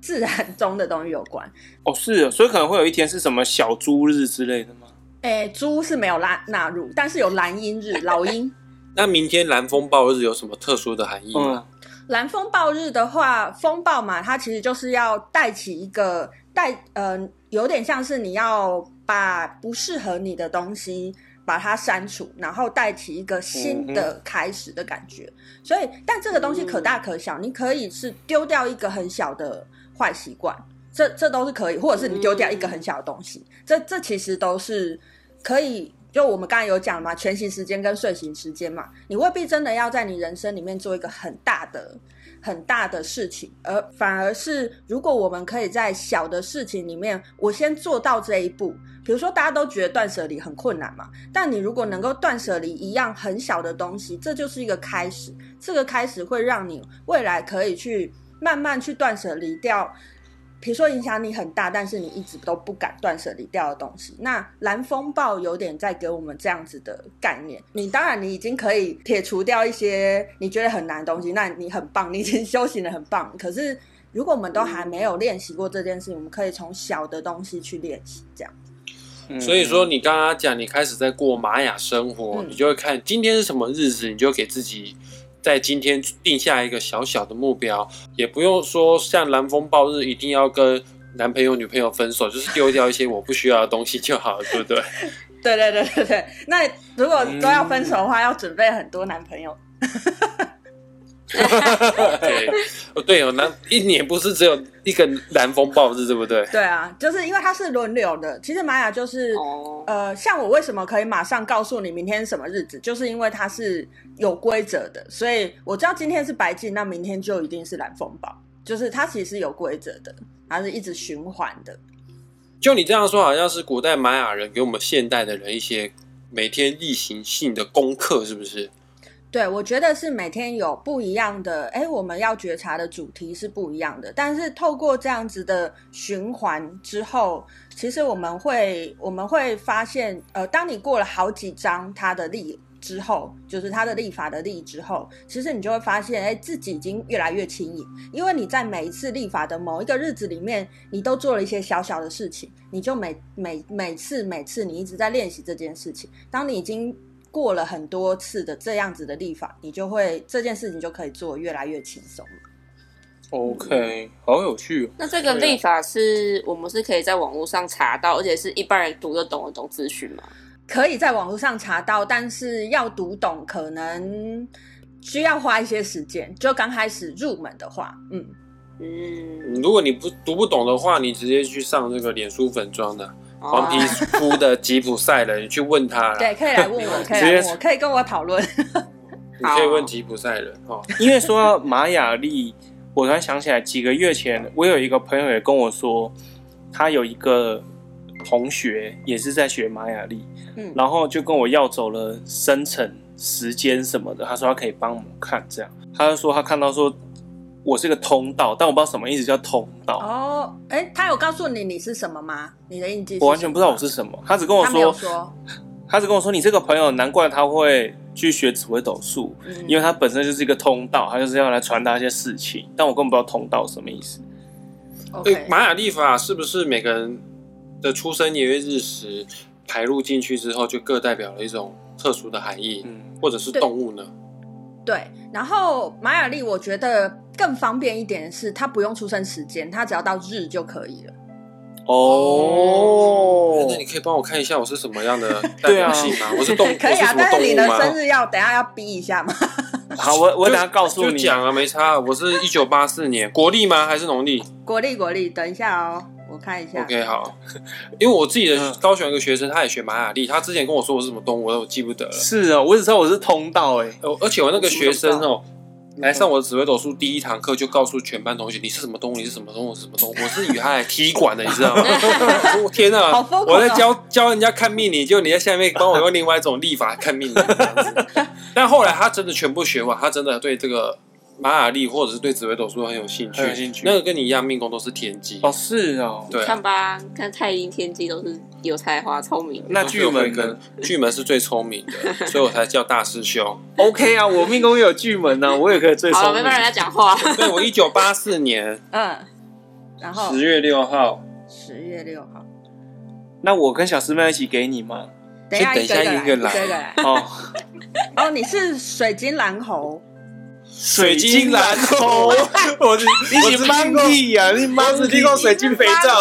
Speaker 4: 自然中的东西有关。
Speaker 1: 哦，是哦，所以可能会有一天是什么小猪日之类的吗？
Speaker 4: 诶，猪是没有纳纳入，但是有蓝鹰日、老鹰。
Speaker 2: 那明天蓝风暴日有什么特殊的含义吗？
Speaker 1: 嗯，
Speaker 4: 蓝风暴日的话，风暴嘛，它其实就是要带起一个带呃，有点像是你要把不适合你的东西把它删除，然后带起一个新的开始的感觉。所以，但这个东西可大可小，你可以是丢掉一个很小的坏习惯，这这都是可以，或者是你丢掉一个很小的东西，这这其实都是可以。就我们刚才有讲嘛，全息时间跟睡醒时间嘛，你未必真的要在你人生里面做一个很大的、很大的事情，而反而是如果我们可以在小的事情里面，我先做到这一步。比如说，大家都觉得断舍离很困难嘛，但你如果能够断舍离一样很小的东西，这就是一个开始。这个开始会让你未来可以去慢慢去断舍离掉，比如说影响你很大，但是你一直都不敢断舍离掉的东西。那蓝风暴有点在给我们这样子的概念。你当然你已经可以撇除掉一些你觉得很难的东西，那你很棒，你已经修行的很棒。可是如果我们都还没有练习过这件事情，我们可以从小的东西去练习，这样。 <laughs>
Speaker 1: 嗯
Speaker 2: 所以说，你刚刚讲你开始在过玛雅生活，
Speaker 4: 嗯
Speaker 2: 你就会看今天是什么日子，你就给自己在今天定下一个小小的目标，也不用说像蓝风暴日一定要跟男朋友、女朋友分手，就是丢掉一些我不需要的东西就好了，对不 <laughs> 对？
Speaker 4: 对对对对对。那如果都要分手的话，要准备很多男朋友。
Speaker 2: 对，哦对哦，蓝一年不是只有一个蓝风暴日，对不对？
Speaker 4: 对啊，就是因为它是轮流的。其实玛雅就是
Speaker 3: 哦，
Speaker 4: 呃，像我为什么可以马上告诉你明天是什么日子，就是因为它是有规则的，所以我知道今天是白净，那明天就一定是蓝风暴，就是它其实是有规则的，它是一直循环的。
Speaker 2: 就你这样说，好像是古代玛雅人给我们现代的人一些每天例行性的功课，是不是？
Speaker 4: 对，我觉得是每天有不一样的，哎，我们要觉察的主题是不一样的，但是透过这样子的循环之后，其实我们会我们会发现，呃，当你过了好几张它的历之后，就是他的立法的立之后，其实你就会发现，哎，自己已经越来越轻盈，因为你在每一次立法的某一个日子里面，你都做了一些小小的事情，你就每每每次每次你一直在练习这件事情。当你已经过了很多次的这样子的立法，你就会这件事情就可以做得越来越轻松。
Speaker 1: OK，好有趣、哦。
Speaker 3: 那这个
Speaker 2: 对啊
Speaker 3: 立法是我们是可以在网络上查到，而且是一般人读得懂的懂资讯吗？
Speaker 4: 可以在网络上查到，但是要读懂可能需要花一些时间。就刚开始入门的话，嗯，
Speaker 3: 嗯，
Speaker 2: 如果你不读不懂的话，你直接去上这个脸书粉妆的黄皮
Speaker 3: 哦
Speaker 2: 肤的吉普赛人，你去问他啦，
Speaker 4: <laughs> 对，可以来问我，可以来问我，可以跟我讨论。
Speaker 2: 你可以
Speaker 3: 好
Speaker 2: 问吉普赛人哦。
Speaker 1: 因为说到玛雅历，我突然想起来，几个月前我有一个朋友也跟我说，他有一个同学也是在学玛雅历，
Speaker 4: 嗯
Speaker 1: 然后就跟我要走了生辰时间什么的，他说他可以帮我们看，这样，他就说他看到说我是个通道，但我不知道什么意思叫通道，
Speaker 4: 哦，哎，他有告诉你你是什么吗？你的印记？
Speaker 1: 我完全不知道我是。什么，他只跟我
Speaker 4: 他没有
Speaker 1: 说，
Speaker 4: 说，
Speaker 1: 他只跟我说你这个朋友难怪他会去学紫微斗数，
Speaker 4: 嗯
Speaker 1: 因为它本身就是一个通道，它就是要来传达一些事情，但我根本不知道通道什么意思。
Speaker 2: 对，
Speaker 4: OK，
Speaker 2: 玛雅历法是不是每个人的出生年月日时排入进去之后，就各代表了一种特殊的含义，
Speaker 1: 嗯，
Speaker 2: 或者是动物呢？
Speaker 4: 对。然后玛雅历，我觉得更方便一点的是，它不用出生时间，它只要到日就可以了。
Speaker 1: 哦
Speaker 2: 那你可以帮我看一下我是什么样
Speaker 4: <laughs>
Speaker 2: 的代
Speaker 1: 对啊
Speaker 2: 表性吗？我是动，
Speaker 4: 可以
Speaker 2: 我
Speaker 4: 啊，但
Speaker 2: 是什么动
Speaker 4: 是你
Speaker 2: 物
Speaker 4: 的
Speaker 2: 吗？
Speaker 4: 生日要等一下要逼一下嘛。 <laughs>
Speaker 1: 好，我我等下告诉
Speaker 2: 就
Speaker 1: 你。
Speaker 2: 讲啊，没差。我是一九八四年，国历吗？还是农历
Speaker 4: 国历国历，等一下哦，我看一下。
Speaker 2: ？OK，好。 <laughs> 因为我自己的
Speaker 1: 嗯
Speaker 2: 高雄有个学生，他也学玛雅历，他之前跟我说我是什么动物，我记不得了。
Speaker 1: 是啊，我只知道我是通道哎、
Speaker 2: 呃而且我那个学生哦，来上我的紫微斗数第一堂课就告诉全班同学，你是什么动物，你是什么动物，什么动物。我是与他来踢馆的，你知
Speaker 4: <laughs>
Speaker 2: 道吗？我天
Speaker 4: 好
Speaker 2: 啊！
Speaker 4: 疯狂哦
Speaker 2: 我在教教人家看命理，就你在下面帮我用另外一种历法看命理。这样子但后来他真的全部学完，他真的对这个玛雅历或者是对紫微斗数很有兴趣。
Speaker 1: 很有兴趣
Speaker 2: 那个跟你一样，命宫都是天机。
Speaker 1: 哦，是哦。
Speaker 2: 对啊，
Speaker 3: 看吧，看太阴天机都是有才华、聪明。
Speaker 1: 那
Speaker 2: 都是
Speaker 1: 巨门
Speaker 2: 会跟
Speaker 1: 呢
Speaker 2: 巨门是最聪明的，所以我才叫大师兄。
Speaker 1: ？OK 啊，我命宫有巨门 <laughs> 啊，我也可以最
Speaker 3: 好了，
Speaker 1: 聪
Speaker 3: 没
Speaker 1: 明
Speaker 3: 办。法，人家讲话。
Speaker 2: 对我一九八四
Speaker 4: <laughs>
Speaker 2: 年
Speaker 4: 嗯，然后
Speaker 2: 十月六号。
Speaker 4: 十月六号，
Speaker 1: 那我跟小师妹一起给你 <laughs> 吗？
Speaker 4: 等一下
Speaker 2: 等
Speaker 4: 一
Speaker 2: 一
Speaker 4: 个
Speaker 2: 下
Speaker 4: 一
Speaker 2: 一个
Speaker 4: 来，
Speaker 2: 来
Speaker 4: 一个一个来。
Speaker 1: 哦，
Speaker 4: 哦，你是水晶蓝猴，
Speaker 1: 水
Speaker 2: 晶
Speaker 1: 蓝
Speaker 2: 蓝
Speaker 1: 猴，我
Speaker 2: <laughs> 我
Speaker 1: 你是
Speaker 2: 只听过
Speaker 1: monkey 呀、你
Speaker 2: 我只
Speaker 1: monkey
Speaker 2: 听过水晶肥皂，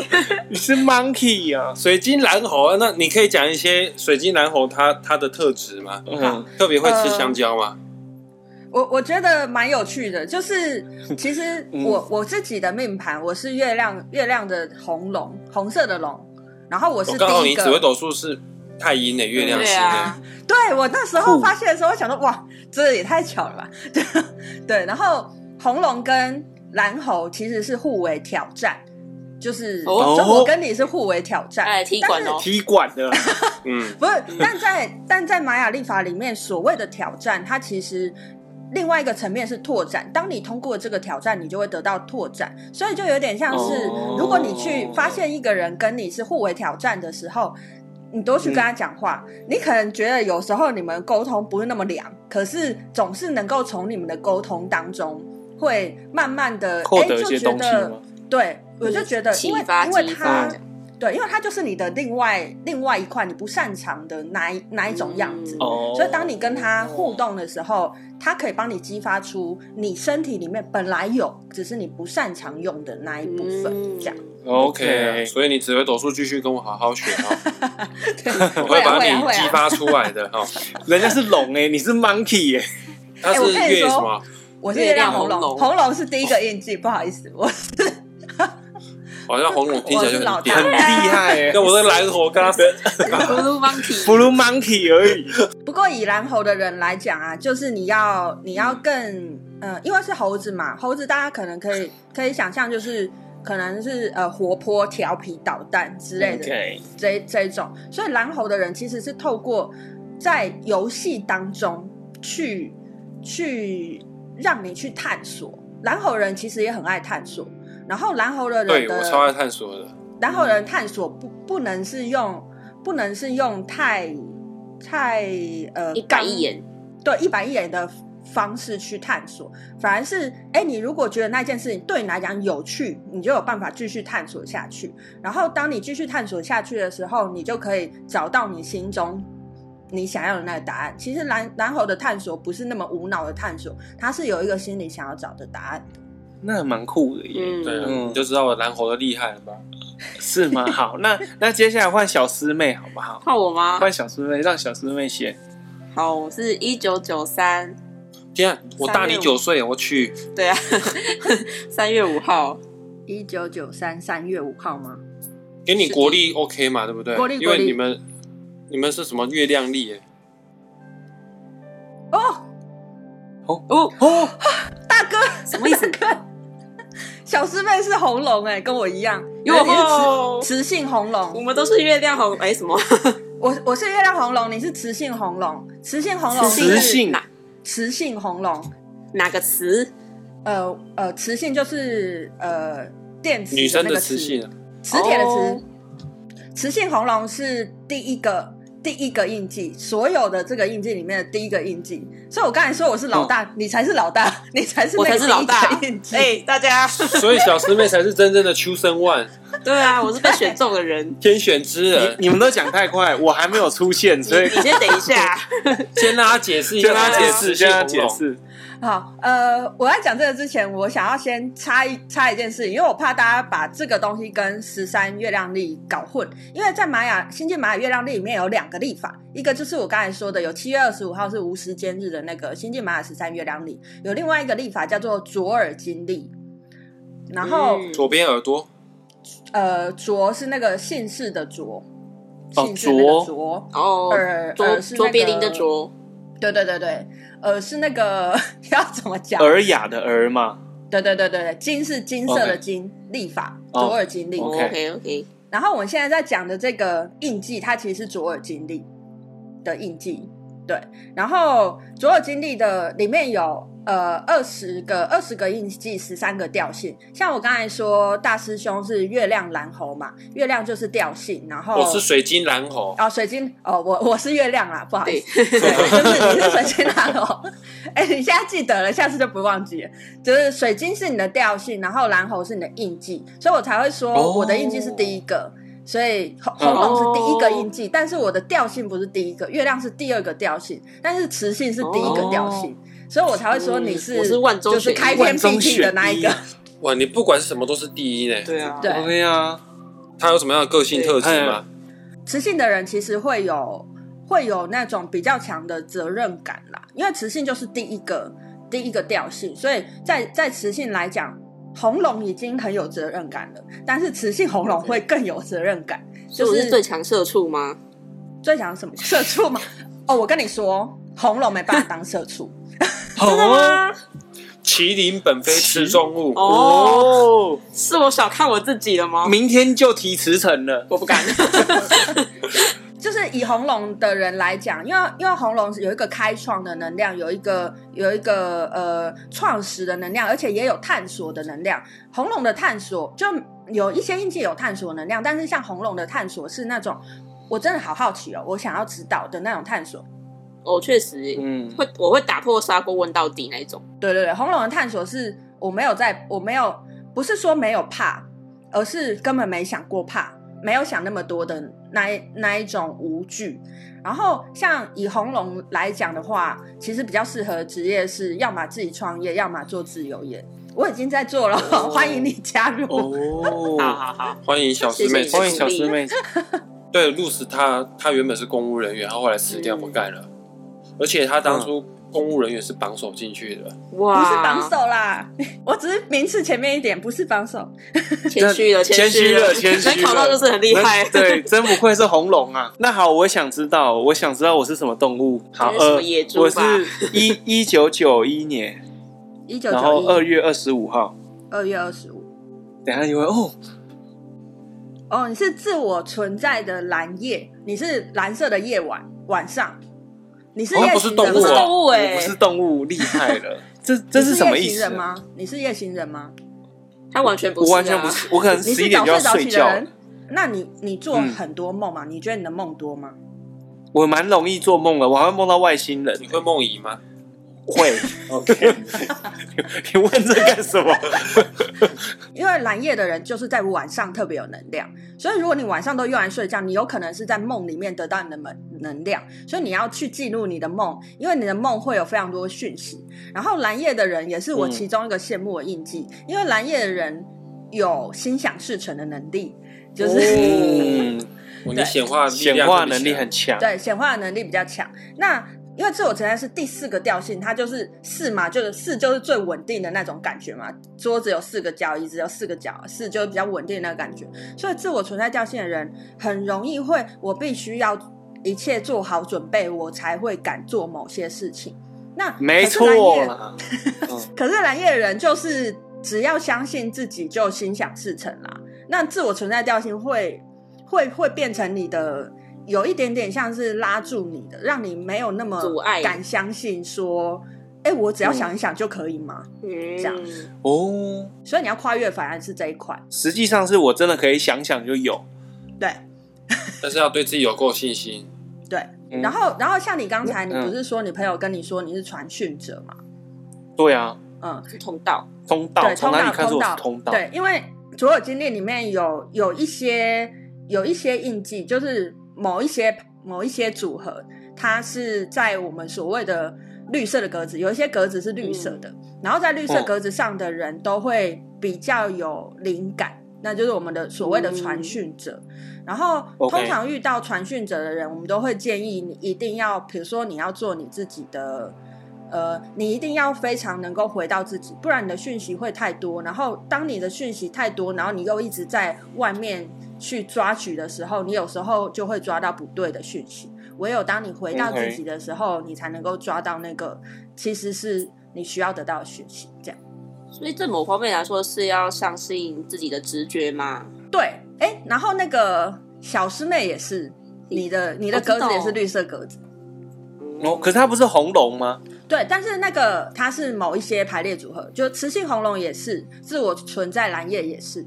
Speaker 1: <laughs> 你是 monkey 啊呀、
Speaker 2: 水晶蓝猴，那你可以讲一些水晶蓝猴它它的特质吗？
Speaker 1: 嗯，
Speaker 2: 特别会吃香蕉吗？
Speaker 4: 我我觉得蛮有趣
Speaker 2: <laughs>
Speaker 4: 的，就是其实
Speaker 1: 嗯
Speaker 4: 我我自己的命盘我是月亮月亮的红龙，红色的龙，然呃后我是
Speaker 2: 我告诉
Speaker 4: 第一
Speaker 2: 你，紫微
Speaker 4: 个，
Speaker 2: 斗数是太阴的月亮
Speaker 3: 对
Speaker 2: 型
Speaker 3: 啊
Speaker 2: 的，，
Speaker 4: 对我那时候
Speaker 1: 酷
Speaker 4: 发现的时候，我想说哇，这也太巧了吧， <laughs> 对，然后红龙跟蓝猴其实是互为挑战，就是、
Speaker 3: 哦
Speaker 4: 就我跟你是互为挑战，
Speaker 3: 哎，踢馆哦，
Speaker 1: 踢馆的啦，啊
Speaker 4: 哎
Speaker 2: 嗯，
Speaker 4: 不是，但在但在玛雅历法里面，所谓的挑战，它其实另外一个层面是拓展。当你通过这个挑战，你就会得到拓展，所以就有点像是，
Speaker 1: 哦
Speaker 4: 如果你去发现一个人跟你是互为挑战的时候。你多去跟他讲话，你可能觉得有时候你们沟通不是那么良，可是总是能够从你们的沟通当中，会慢慢的
Speaker 1: 获
Speaker 4: 哎，
Speaker 1: 得一
Speaker 4: 就
Speaker 1: 些
Speaker 4: 觉
Speaker 1: 东西
Speaker 4: 得
Speaker 1: 吗？
Speaker 4: 对，我就觉得，
Speaker 3: 启
Speaker 4: 因为
Speaker 3: 发
Speaker 4: 因为
Speaker 3: 激
Speaker 4: 他
Speaker 3: 发，
Speaker 4: 对，因为它就是你的另外另外一块你不擅长的哪一哪一种样子。
Speaker 3: 嗯
Speaker 1: 哦，
Speaker 4: 所以，当你跟他互动的时候，他可以帮你激发出你身体里面本来有，只是你不擅长用的那一部分。
Speaker 3: 嗯
Speaker 4: 这样，
Speaker 1: OK，啊
Speaker 2: 所以你紫微斗数继续跟我好好学
Speaker 4: <laughs>
Speaker 2: 哦，我会
Speaker 4: 会啊
Speaker 2: 把
Speaker 4: 会
Speaker 2: 你
Speaker 4: 啊会
Speaker 2: 激
Speaker 4: 啊！
Speaker 2: 发出来的
Speaker 4: <laughs>
Speaker 2: 哈。
Speaker 1: 人家是龙哎、你是 monkey 哎、 <laughs>
Speaker 2: 它是
Speaker 4: 我跟你
Speaker 2: 月
Speaker 4: 说
Speaker 2: 什么？
Speaker 4: 我是月亮红
Speaker 3: 红
Speaker 4: 龙，
Speaker 3: 龙
Speaker 4: 红龙是第一个印记，不好意思，我是
Speaker 2: 好像红龙听起来就很
Speaker 4: 我是
Speaker 1: 很
Speaker 2: 颠。
Speaker 1: 厉害哎、
Speaker 2: 那我的蓝猴
Speaker 4: <laughs>
Speaker 2: 跟他
Speaker 3: ，Blue Monkey，
Speaker 1: blue monkey 而已。
Speaker 4: 不过以蓝猴的人来讲啊，就是你要
Speaker 2: 嗯
Speaker 4: 你要更呃，因为是猴子嘛，猴子大家可能可以可以想象，就是可能是呃活泼、调皮捣蛋之
Speaker 2: 嗯
Speaker 4: 类的
Speaker 1: OK，
Speaker 4: 这这一种。所以蓝猴的人其实是透过在游戏当中去去让你去探索。蓝猴人其实也很爱探索，然后蓝猴的
Speaker 2: <laughs>
Speaker 4: 人
Speaker 2: 对
Speaker 4: 的
Speaker 2: 我超爱探索的，
Speaker 4: 然后人探索不不能是用不能是用太太呃
Speaker 3: 一板
Speaker 4: 刚
Speaker 3: 一眼，
Speaker 4: 对一板一眼的方式去探索，反而是哎，你如果觉得那件事情对你来讲有趣，你就有办法继续探索下去。然后当你继续探索下去的时候，你就可以找到你心中你想要的那个答案。其实蓝蓝猴的探索不是那么无脑的探索，它是有一个心里想要找的答案的。
Speaker 1: 那还蛮酷的耶，
Speaker 3: 嗯，
Speaker 2: 对啊，
Speaker 1: 嗯
Speaker 2: 你就知道我蓝猴的厉害了吧？
Speaker 1: 是
Speaker 3: <laughs>
Speaker 1: 吗？好，那那接下来换小师妹好不好？
Speaker 3: 看我吗？
Speaker 1: 换小师妹，让小师妹先。
Speaker 3: 好，我是一九九三，
Speaker 2: 天啊，我大你
Speaker 3: 三六
Speaker 2: 九岁，我去，
Speaker 3: 对啊， <laughs> 三月五号，
Speaker 4: 一九九三三月五号吗？
Speaker 2: 给你国历 OK 嘛，对不对？
Speaker 4: 国历
Speaker 2: 因为
Speaker 4: 国历
Speaker 2: 你们你们是什么月亮历耶？
Speaker 4: 哦，
Speaker 3: 哦，
Speaker 1: 哦，
Speaker 4: 大哥，
Speaker 3: 什么意思？
Speaker 4: 小师妹是红龙哎、跟我一样，因为你是
Speaker 3: 哟，
Speaker 4: 雌雌性红龙
Speaker 3: 我。们都是月亮红，哎，什么？
Speaker 4: 我我是月亮红龙，你是雌性红龙，雌性红龙
Speaker 1: 雌性
Speaker 4: 是
Speaker 1: 雌性
Speaker 3: 哪
Speaker 4: 雌性红龙，
Speaker 3: 哪个词？
Speaker 4: 呃呃，雌性就是呃电池
Speaker 2: 女生
Speaker 4: 那
Speaker 2: 的
Speaker 4: 个
Speaker 2: 雌
Speaker 4: 磁
Speaker 2: 性啊，
Speaker 4: 磁铁的
Speaker 3: 哦
Speaker 4: 磁，雌性红龙是第一个第一个印记，所有的这个印记里面的第一个印记，所以我刚才说我是老大，
Speaker 2: 嗯
Speaker 4: 你才是老大，你才是
Speaker 3: 我
Speaker 4: 那
Speaker 3: 才
Speaker 4: 个
Speaker 3: 是老
Speaker 4: 第
Speaker 3: 大
Speaker 4: 一个印，记，
Speaker 3: 哎，大家，
Speaker 2: 所以小师妹才是真正的秋生万
Speaker 3: <laughs> 对啊，我是被选中的人。
Speaker 2: 天选之人。
Speaker 3: <laughs>
Speaker 1: 你你们都讲太快，我还没有出现，所以
Speaker 3: 你先等一下，
Speaker 2: 先让她解释一下，
Speaker 1: 先让他解释，先让他
Speaker 2: 她
Speaker 1: 解。释。
Speaker 4: 好，呃，我在讲这个之前，我想要先插一插一件事情，因为我怕大家把这个东西跟十三月亮历搞混。因为在玛雅新晋玛雅月亮历里面有两个历法，一个就是我刚才说的有七月二十五号是无时间日的那个新晋玛雅十三月亮历，有另外一个历法叫做左耳金历。然后，
Speaker 3: 嗯
Speaker 2: 左边耳朵，
Speaker 4: 呃，卓是那个姓氏的卓，
Speaker 1: 哦
Speaker 4: 姓氏那个
Speaker 1: 卓
Speaker 4: 卓，
Speaker 3: 嗯哦，
Speaker 4: 耳
Speaker 3: 卓
Speaker 4: 耳呃是
Speaker 3: 卓别林的
Speaker 4: 那个，
Speaker 3: 卓，
Speaker 4: 对对对对，耳是那个 <laughs> 要怎么讲？
Speaker 1: 尔雅的尔嘛，
Speaker 4: 对对对对对，金是金色的
Speaker 1: OK
Speaker 4: 金，立法
Speaker 1: 哦
Speaker 4: 左耳金历。
Speaker 1: OK
Speaker 3: OK OK，
Speaker 4: 然后我们现在在讲的这个印记，它其实是左耳金历的印记。对，然后左耳金历的里面有呃二十个二十个印记，十三个调性。像我刚才说，大师兄是月亮蓝猴嘛，月亮就是调性，然后
Speaker 3: 哦
Speaker 2: 我是水晶蓝猴，
Speaker 4: 哦，水晶哦，我我是月亮啦，不好意
Speaker 3: 对
Speaker 4: 思，，
Speaker 3: <laughs>
Speaker 4: 对，就是你是水晶男猴。哎、你现在记得了，下次就不忘记了。就是水晶是你的调性，然后蓝猴是你的印记，所以我才会
Speaker 1: 哦
Speaker 4: 说我的印记是第一个。所以红
Speaker 3: 嗯
Speaker 4: 红龙是第一个印记，但是我的调性不是第一个，月亮是第二个调性，但是雌性是第一个调性，所以我才会说你
Speaker 3: 哦嗯我是万中
Speaker 4: 就
Speaker 3: 选
Speaker 4: 是
Speaker 3: 一
Speaker 4: 开天辟地的那一个
Speaker 1: 万中选。
Speaker 2: 哇，你不管是什么都是第一呢。
Speaker 3: 对啊，
Speaker 4: 对
Speaker 1: 对呀，
Speaker 2: 他有什么样的个性特质吗？
Speaker 4: 雌性的人其实会有会有那种比较强的责任感啦，因为雌性就是第一个第一个调性，所以在在雌性来讲，红龙已经很有责任感了，但是雌性红龙会更有责任感，
Speaker 3: <laughs> 所以我是最强社畜吗？
Speaker 4: 最想什么社畜吗？哦，我跟你说，红龙没办法当社畜，
Speaker 1: 好
Speaker 3: 啊
Speaker 1: 哦
Speaker 2: 麒麟本非池中物，
Speaker 3: 哦
Speaker 1: 哦，
Speaker 3: 是我小看我自己
Speaker 1: <laughs>
Speaker 3: 了吗？
Speaker 1: 明天就提辞呈了。
Speaker 3: 我不敢。
Speaker 4: 就是以红龙的人来讲，因为因为红龙是有一个开创的能量，有一个有一个呃创始的能量，而且也有探索的能量。红龙的探索就有一些印记有探索能量，但是像红龙的探索是那种我真的好好奇哦，我想要知道的那种探索。
Speaker 3: <laughs> 哦，确实
Speaker 1: 嗯，
Speaker 3: 会，我会打破砂锅问到底那一种。
Speaker 4: 对对对，红龙的探索是我没有在，我没有不是说没有怕，而是根本没想过怕，没有想那么多的那一那一种无惧。然后像以红龙来讲的话，其实比较适合的职业是要么自己创业，要么做自由业。我已经在做了， <laughs>
Speaker 3: 哦
Speaker 4: 欢迎你加入。
Speaker 3: 好
Speaker 1: 哦，
Speaker 3: 好好，
Speaker 2: 欢迎小师
Speaker 3: 谢谢
Speaker 2: 妹
Speaker 3: 你的，
Speaker 1: 欢迎小师妹。
Speaker 2: 对，露丝她她原本是公务人员，她后来辞掉
Speaker 3: 嗯
Speaker 2: 不干了，而且她当初
Speaker 1: 嗯
Speaker 2: 公务人员是榜首进去的，
Speaker 4: 不
Speaker 3: 哇，
Speaker 4: 是榜，首啦， <laughs> 我只是名次前面一点，不是榜首。
Speaker 3: 谦虚了，
Speaker 1: 谦
Speaker 3: 虚
Speaker 1: 了，谦虚了。
Speaker 3: 能考到就是很厉害。
Speaker 1: 能对，真不愧是红龙啊！那好，我想知道，我想知道我是什么动物。好，
Speaker 3: 你是什么
Speaker 1: 呃
Speaker 3: 野，猪
Speaker 1: 我
Speaker 3: 吧
Speaker 1: 是一一九九一年，
Speaker 4: 一九
Speaker 1: 然后
Speaker 4: 九
Speaker 1: 二
Speaker 4: 一
Speaker 1: 月二十五号。
Speaker 4: 二月二十五。
Speaker 1: 等一下你会哦，
Speaker 4: 哦，你是自我存在的蓝夜，你是蓝色的夜晚晚上，你是
Speaker 2: 哦
Speaker 4: 夜
Speaker 2: 不是
Speaker 4: 行
Speaker 2: 动
Speaker 4: 人
Speaker 2: 物啊
Speaker 4: 吗不是动物
Speaker 3: 动物
Speaker 1: 我
Speaker 3: 哎
Speaker 1: 不，是动物，厉害了。这这
Speaker 4: 你
Speaker 1: 是
Speaker 4: 是
Speaker 1: 什么
Speaker 4: 夜
Speaker 1: 意
Speaker 4: 行
Speaker 1: 思啊
Speaker 4: 人？吗？你是夜行人吗？
Speaker 3: <laughs> 他完全不
Speaker 1: 我
Speaker 3: 是，啊
Speaker 1: 完全不。是，我可能
Speaker 4: 你
Speaker 1: 十一
Speaker 4: 是
Speaker 1: 点
Speaker 4: 早
Speaker 1: 就要
Speaker 4: 睡早
Speaker 1: 睡
Speaker 4: 起的
Speaker 1: 觉了
Speaker 4: 人。。那你你做
Speaker 1: 嗯
Speaker 4: 很多梦吗？你觉得你的梦多吗？
Speaker 1: 我蛮容易做梦的，我还会梦到外星人。
Speaker 2: 你会梦遗吗？
Speaker 1: 会，OK？你问这干什么？
Speaker 4: 因为蓝夜的人就是在晚上特别有能量，所以如果你晚上都用来睡觉，你有可能是在梦里面得到你的能能量，所以你要去记录你的梦，因为你的梦会有非常多讯息。然后蓝夜的人也是我其中一个羡慕的印记，因为蓝夜的人有心想事成的能力，就
Speaker 2: 哦
Speaker 4: 是、
Speaker 1: 嗯，
Speaker 2: <laughs> 我
Speaker 4: 对
Speaker 2: 你显化力量
Speaker 1: 显化能力
Speaker 2: 特别强
Speaker 1: 很强。
Speaker 4: 对显化的能力比较强。那因为自我承认是第四个调性，它就是四嘛，就是四就是最稳定的那种感觉嘛。桌子有四个角，椅子有四个角，四就是比较稳定的那个感觉。所以自我存在调性的人很容易会，我必须要一切做好准备，我才会敢做某些事情。那
Speaker 1: 没
Speaker 4: 可是蓝
Speaker 1: 错
Speaker 4: 叶
Speaker 1: 啦，
Speaker 4: 可是蓝叶人就是只要相信自己，就心想事成啦。那自我存在调性会会会变成你的有一点点像是拉住你的，让你没有那么
Speaker 3: 阻碍
Speaker 4: 敢相信说，哎、我只要想一想就可以吗？
Speaker 3: 嗯，
Speaker 4: 这样
Speaker 1: 哦，
Speaker 4: 所以你要跨越反而是这一块，
Speaker 1: 实际上是我真的可以想想就有。
Speaker 4: 对。
Speaker 2: 但是要对自己有够信心。
Speaker 4: 对，
Speaker 1: 嗯
Speaker 4: 然后，然后像你刚才，你
Speaker 1: 嗯
Speaker 4: 不是说你朋友跟你说你是传讯者嘛？
Speaker 1: 对啊，
Speaker 4: 嗯，
Speaker 3: 是通道，
Speaker 1: 通
Speaker 4: 对，
Speaker 1: 道
Speaker 4: 通
Speaker 1: 从哪里看出
Speaker 4: 通
Speaker 1: 我是
Speaker 4: 道，
Speaker 1: 通道？
Speaker 4: 对，因为所有经历里面有有一些有一些印记，就是某一些某一些组合，它是在我们所谓的绿色的格子，有一些格子是绿色的，然后在绿色
Speaker 1: 嗯哦
Speaker 4: 格子上的人都会比较有灵感。那就是我们的所谓的传讯者，然后
Speaker 1: 嗯 OK
Speaker 4: 通常遇到传讯者的人，我们都会建议你一定要，比如说你要做你自己的呃，你一定要非常能够回到自己，不然你的讯息会太多。然后，当你的讯息太多，然后你又一直在外面去抓取的时候，你有时候就会抓到不对的讯息。唯有当你回到自己的时候你才能够抓到那个其实是你需要得到的讯息。这样
Speaker 3: 所以这某方面来说是要相信自己的直觉嘛。
Speaker 4: 对，哎，然后那个小师妹也是，你的你的
Speaker 3: 我知
Speaker 4: 格
Speaker 3: 道
Speaker 4: 子也是绿色格子，
Speaker 1: 哦，可是它不是红龙吗？
Speaker 4: 对，但是那个它是某一些排列组合，就雌性红龙也是，自我存在蓝叶也是。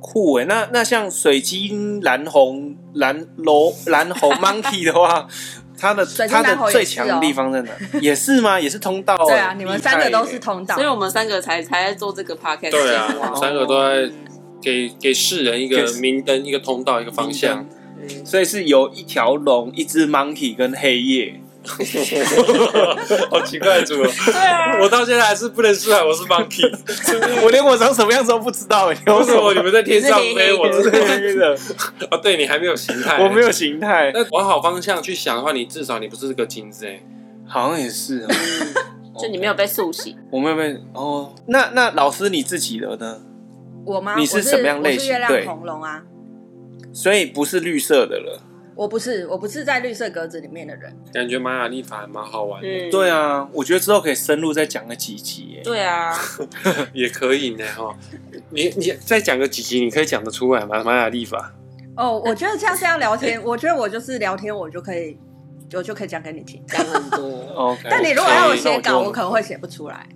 Speaker 1: 酷诶，那那像水晶蓝红蓝楼蓝红 monkey 的
Speaker 4: <laughs>
Speaker 1: 话，它的
Speaker 4: 水晶
Speaker 1: 它
Speaker 4: 蓝猴
Speaker 1: 的最
Speaker 4: 也是哦
Speaker 1: 强的地方在哪？也是吗？也是通道、欸？
Speaker 4: 对啊，你们三个都
Speaker 1: 厉
Speaker 4: 是
Speaker 1: 害欸
Speaker 4: 通道
Speaker 3: 所以。我们三个才才在做这个 podcast
Speaker 2: 对啊
Speaker 3: 节目，
Speaker 2: 我们三个都在给给世人一个
Speaker 1: 给
Speaker 2: 明灯，一个通道，一个方向。
Speaker 3: 嗯
Speaker 1: 所以是有一条龙、一只 monkey 跟黑
Speaker 4: <laughs>
Speaker 1: 夜。
Speaker 2: 好奇怪的组合，
Speaker 3: 对啊，
Speaker 2: <laughs> 我到现在还是不能出来我是 monkey，
Speaker 1: 我连我长什么样子都不知道、
Speaker 4: <laughs>
Speaker 1: 欸，
Speaker 2: 为
Speaker 1: 为
Speaker 2: 什
Speaker 1: 什么
Speaker 2: 么你们在天上
Speaker 3: 你是
Speaker 2: 飞，
Speaker 3: 黑黑的
Speaker 2: 我
Speaker 1: 我是
Speaker 2: 知道
Speaker 1: 黑的？
Speaker 2: <laughs> 哦，对你还没有形
Speaker 1: <laughs>
Speaker 2: 态，
Speaker 1: 我没。有形态，
Speaker 2: 那往好方向去想的话，你至少你不是个金子哎，
Speaker 1: 好像也是、哦。
Speaker 3: 就你没有被塑形，
Speaker 1: 我妹妹哦，那那老师你自己的呢？
Speaker 4: 我吗？
Speaker 1: 你
Speaker 4: 我
Speaker 1: 是
Speaker 4: 是
Speaker 1: 什么样类型
Speaker 4: 我是月亮
Speaker 1: 对
Speaker 4: 红龙啊，
Speaker 1: 所以不是绿色的了。
Speaker 4: 我不是，我不是在绿色格子里面的人。
Speaker 2: 感觉玛雅历法还蛮好玩的，
Speaker 3: 嗯，
Speaker 1: 对啊，我觉得之后可以深入再讲个几集耶。
Speaker 3: 对啊，
Speaker 2: 也可以呢哈。你你再讲个几集，你可以讲得出来吗？玛雅历法
Speaker 4: 哦，我觉得像这样
Speaker 1: <laughs>
Speaker 4: 聊天，我觉得我就是聊天，我就可以，我就可以讲给你听。
Speaker 3: 讲很多。
Speaker 1: OK，
Speaker 4: 但你如果让我
Speaker 1: 那
Speaker 4: 写稿，
Speaker 1: 就
Speaker 4: 我可能会写不出来。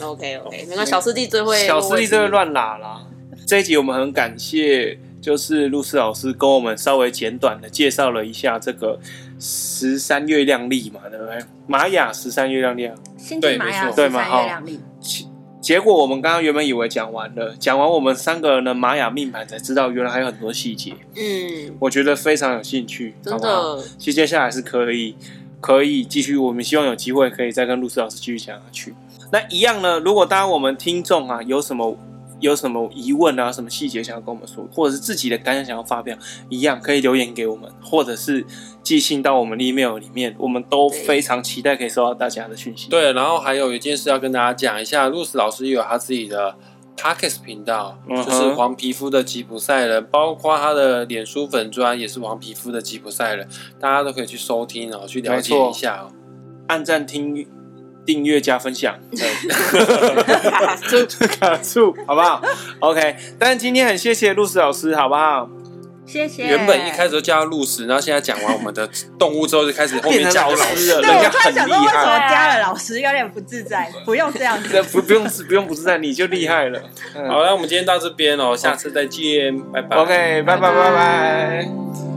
Speaker 3: OK OK，那个小师弟最会
Speaker 1: 小师弟就会乱拉啦。这一集我们很感谢，就是露丝老师跟我们稍微简短的介绍了一下这个十三月亮历嘛，对不对？玛雅十三月亮历啊。
Speaker 4: 星
Speaker 2: 对
Speaker 4: 际玛
Speaker 2: 没
Speaker 4: 雅
Speaker 2: 错
Speaker 1: 对
Speaker 4: 十
Speaker 1: 嘛
Speaker 4: 三
Speaker 1: 好
Speaker 4: 月亮历，
Speaker 1: 其结果我们刚刚原本以为讲完了，讲完我们三个人的玛雅命盘，才知道原来还有很多细节。
Speaker 3: 嗯，
Speaker 1: 我觉得非常有兴趣，
Speaker 3: 真
Speaker 1: 好不好
Speaker 3: 的
Speaker 1: 其实接下来是可以可以继续，我们希望有机会可以再跟露丝老师继续讲下去。那一样呢，如果当然我们听众啊有什么有什么疑问啊，什么细节想要跟我们说，或者是自己的感想想要发表，一样可以留言给我们，或者是寄信到我们的 email 里面，我们都
Speaker 3: 对
Speaker 1: 非常期待可以收到大家的讯息。
Speaker 2: 对，然后还有一件事要跟大家讲一下，露丝老师也有他自己的 Pockets 频道，
Speaker 1: 嗯哼
Speaker 2: 就是黄皮肤的吉普赛人，包括他的脸书粉砖也是黄皮肤的吉普赛人，大家都可以去收听哦，去了解一下哦。
Speaker 1: 按赞、听、订阅、加分享，
Speaker 3: <laughs> 就
Speaker 1: 卡住，好不好？OK。但今天很谢谢露丝老师，好不好？
Speaker 4: 谢谢。
Speaker 2: 原本一开始都叫他露丝，然后现在讲完我们的动物之后，就开始后面
Speaker 1: 变成
Speaker 2: 讲
Speaker 1: 老
Speaker 2: 老
Speaker 1: 师
Speaker 2: 师
Speaker 1: 了
Speaker 2: 了。
Speaker 4: 对，
Speaker 1: 人
Speaker 4: 我
Speaker 1: 家
Speaker 4: 突然想说，
Speaker 1: 很厉
Speaker 4: 为
Speaker 1: 害
Speaker 4: 什么加了老师有点不自在？不用这样子。
Speaker 1: 这不不用不用不自在，你就厉害了。嗯
Speaker 2: 好，那我们今天到这边哦，下次再见，拜拜。
Speaker 1: OK，拜拜拜拜。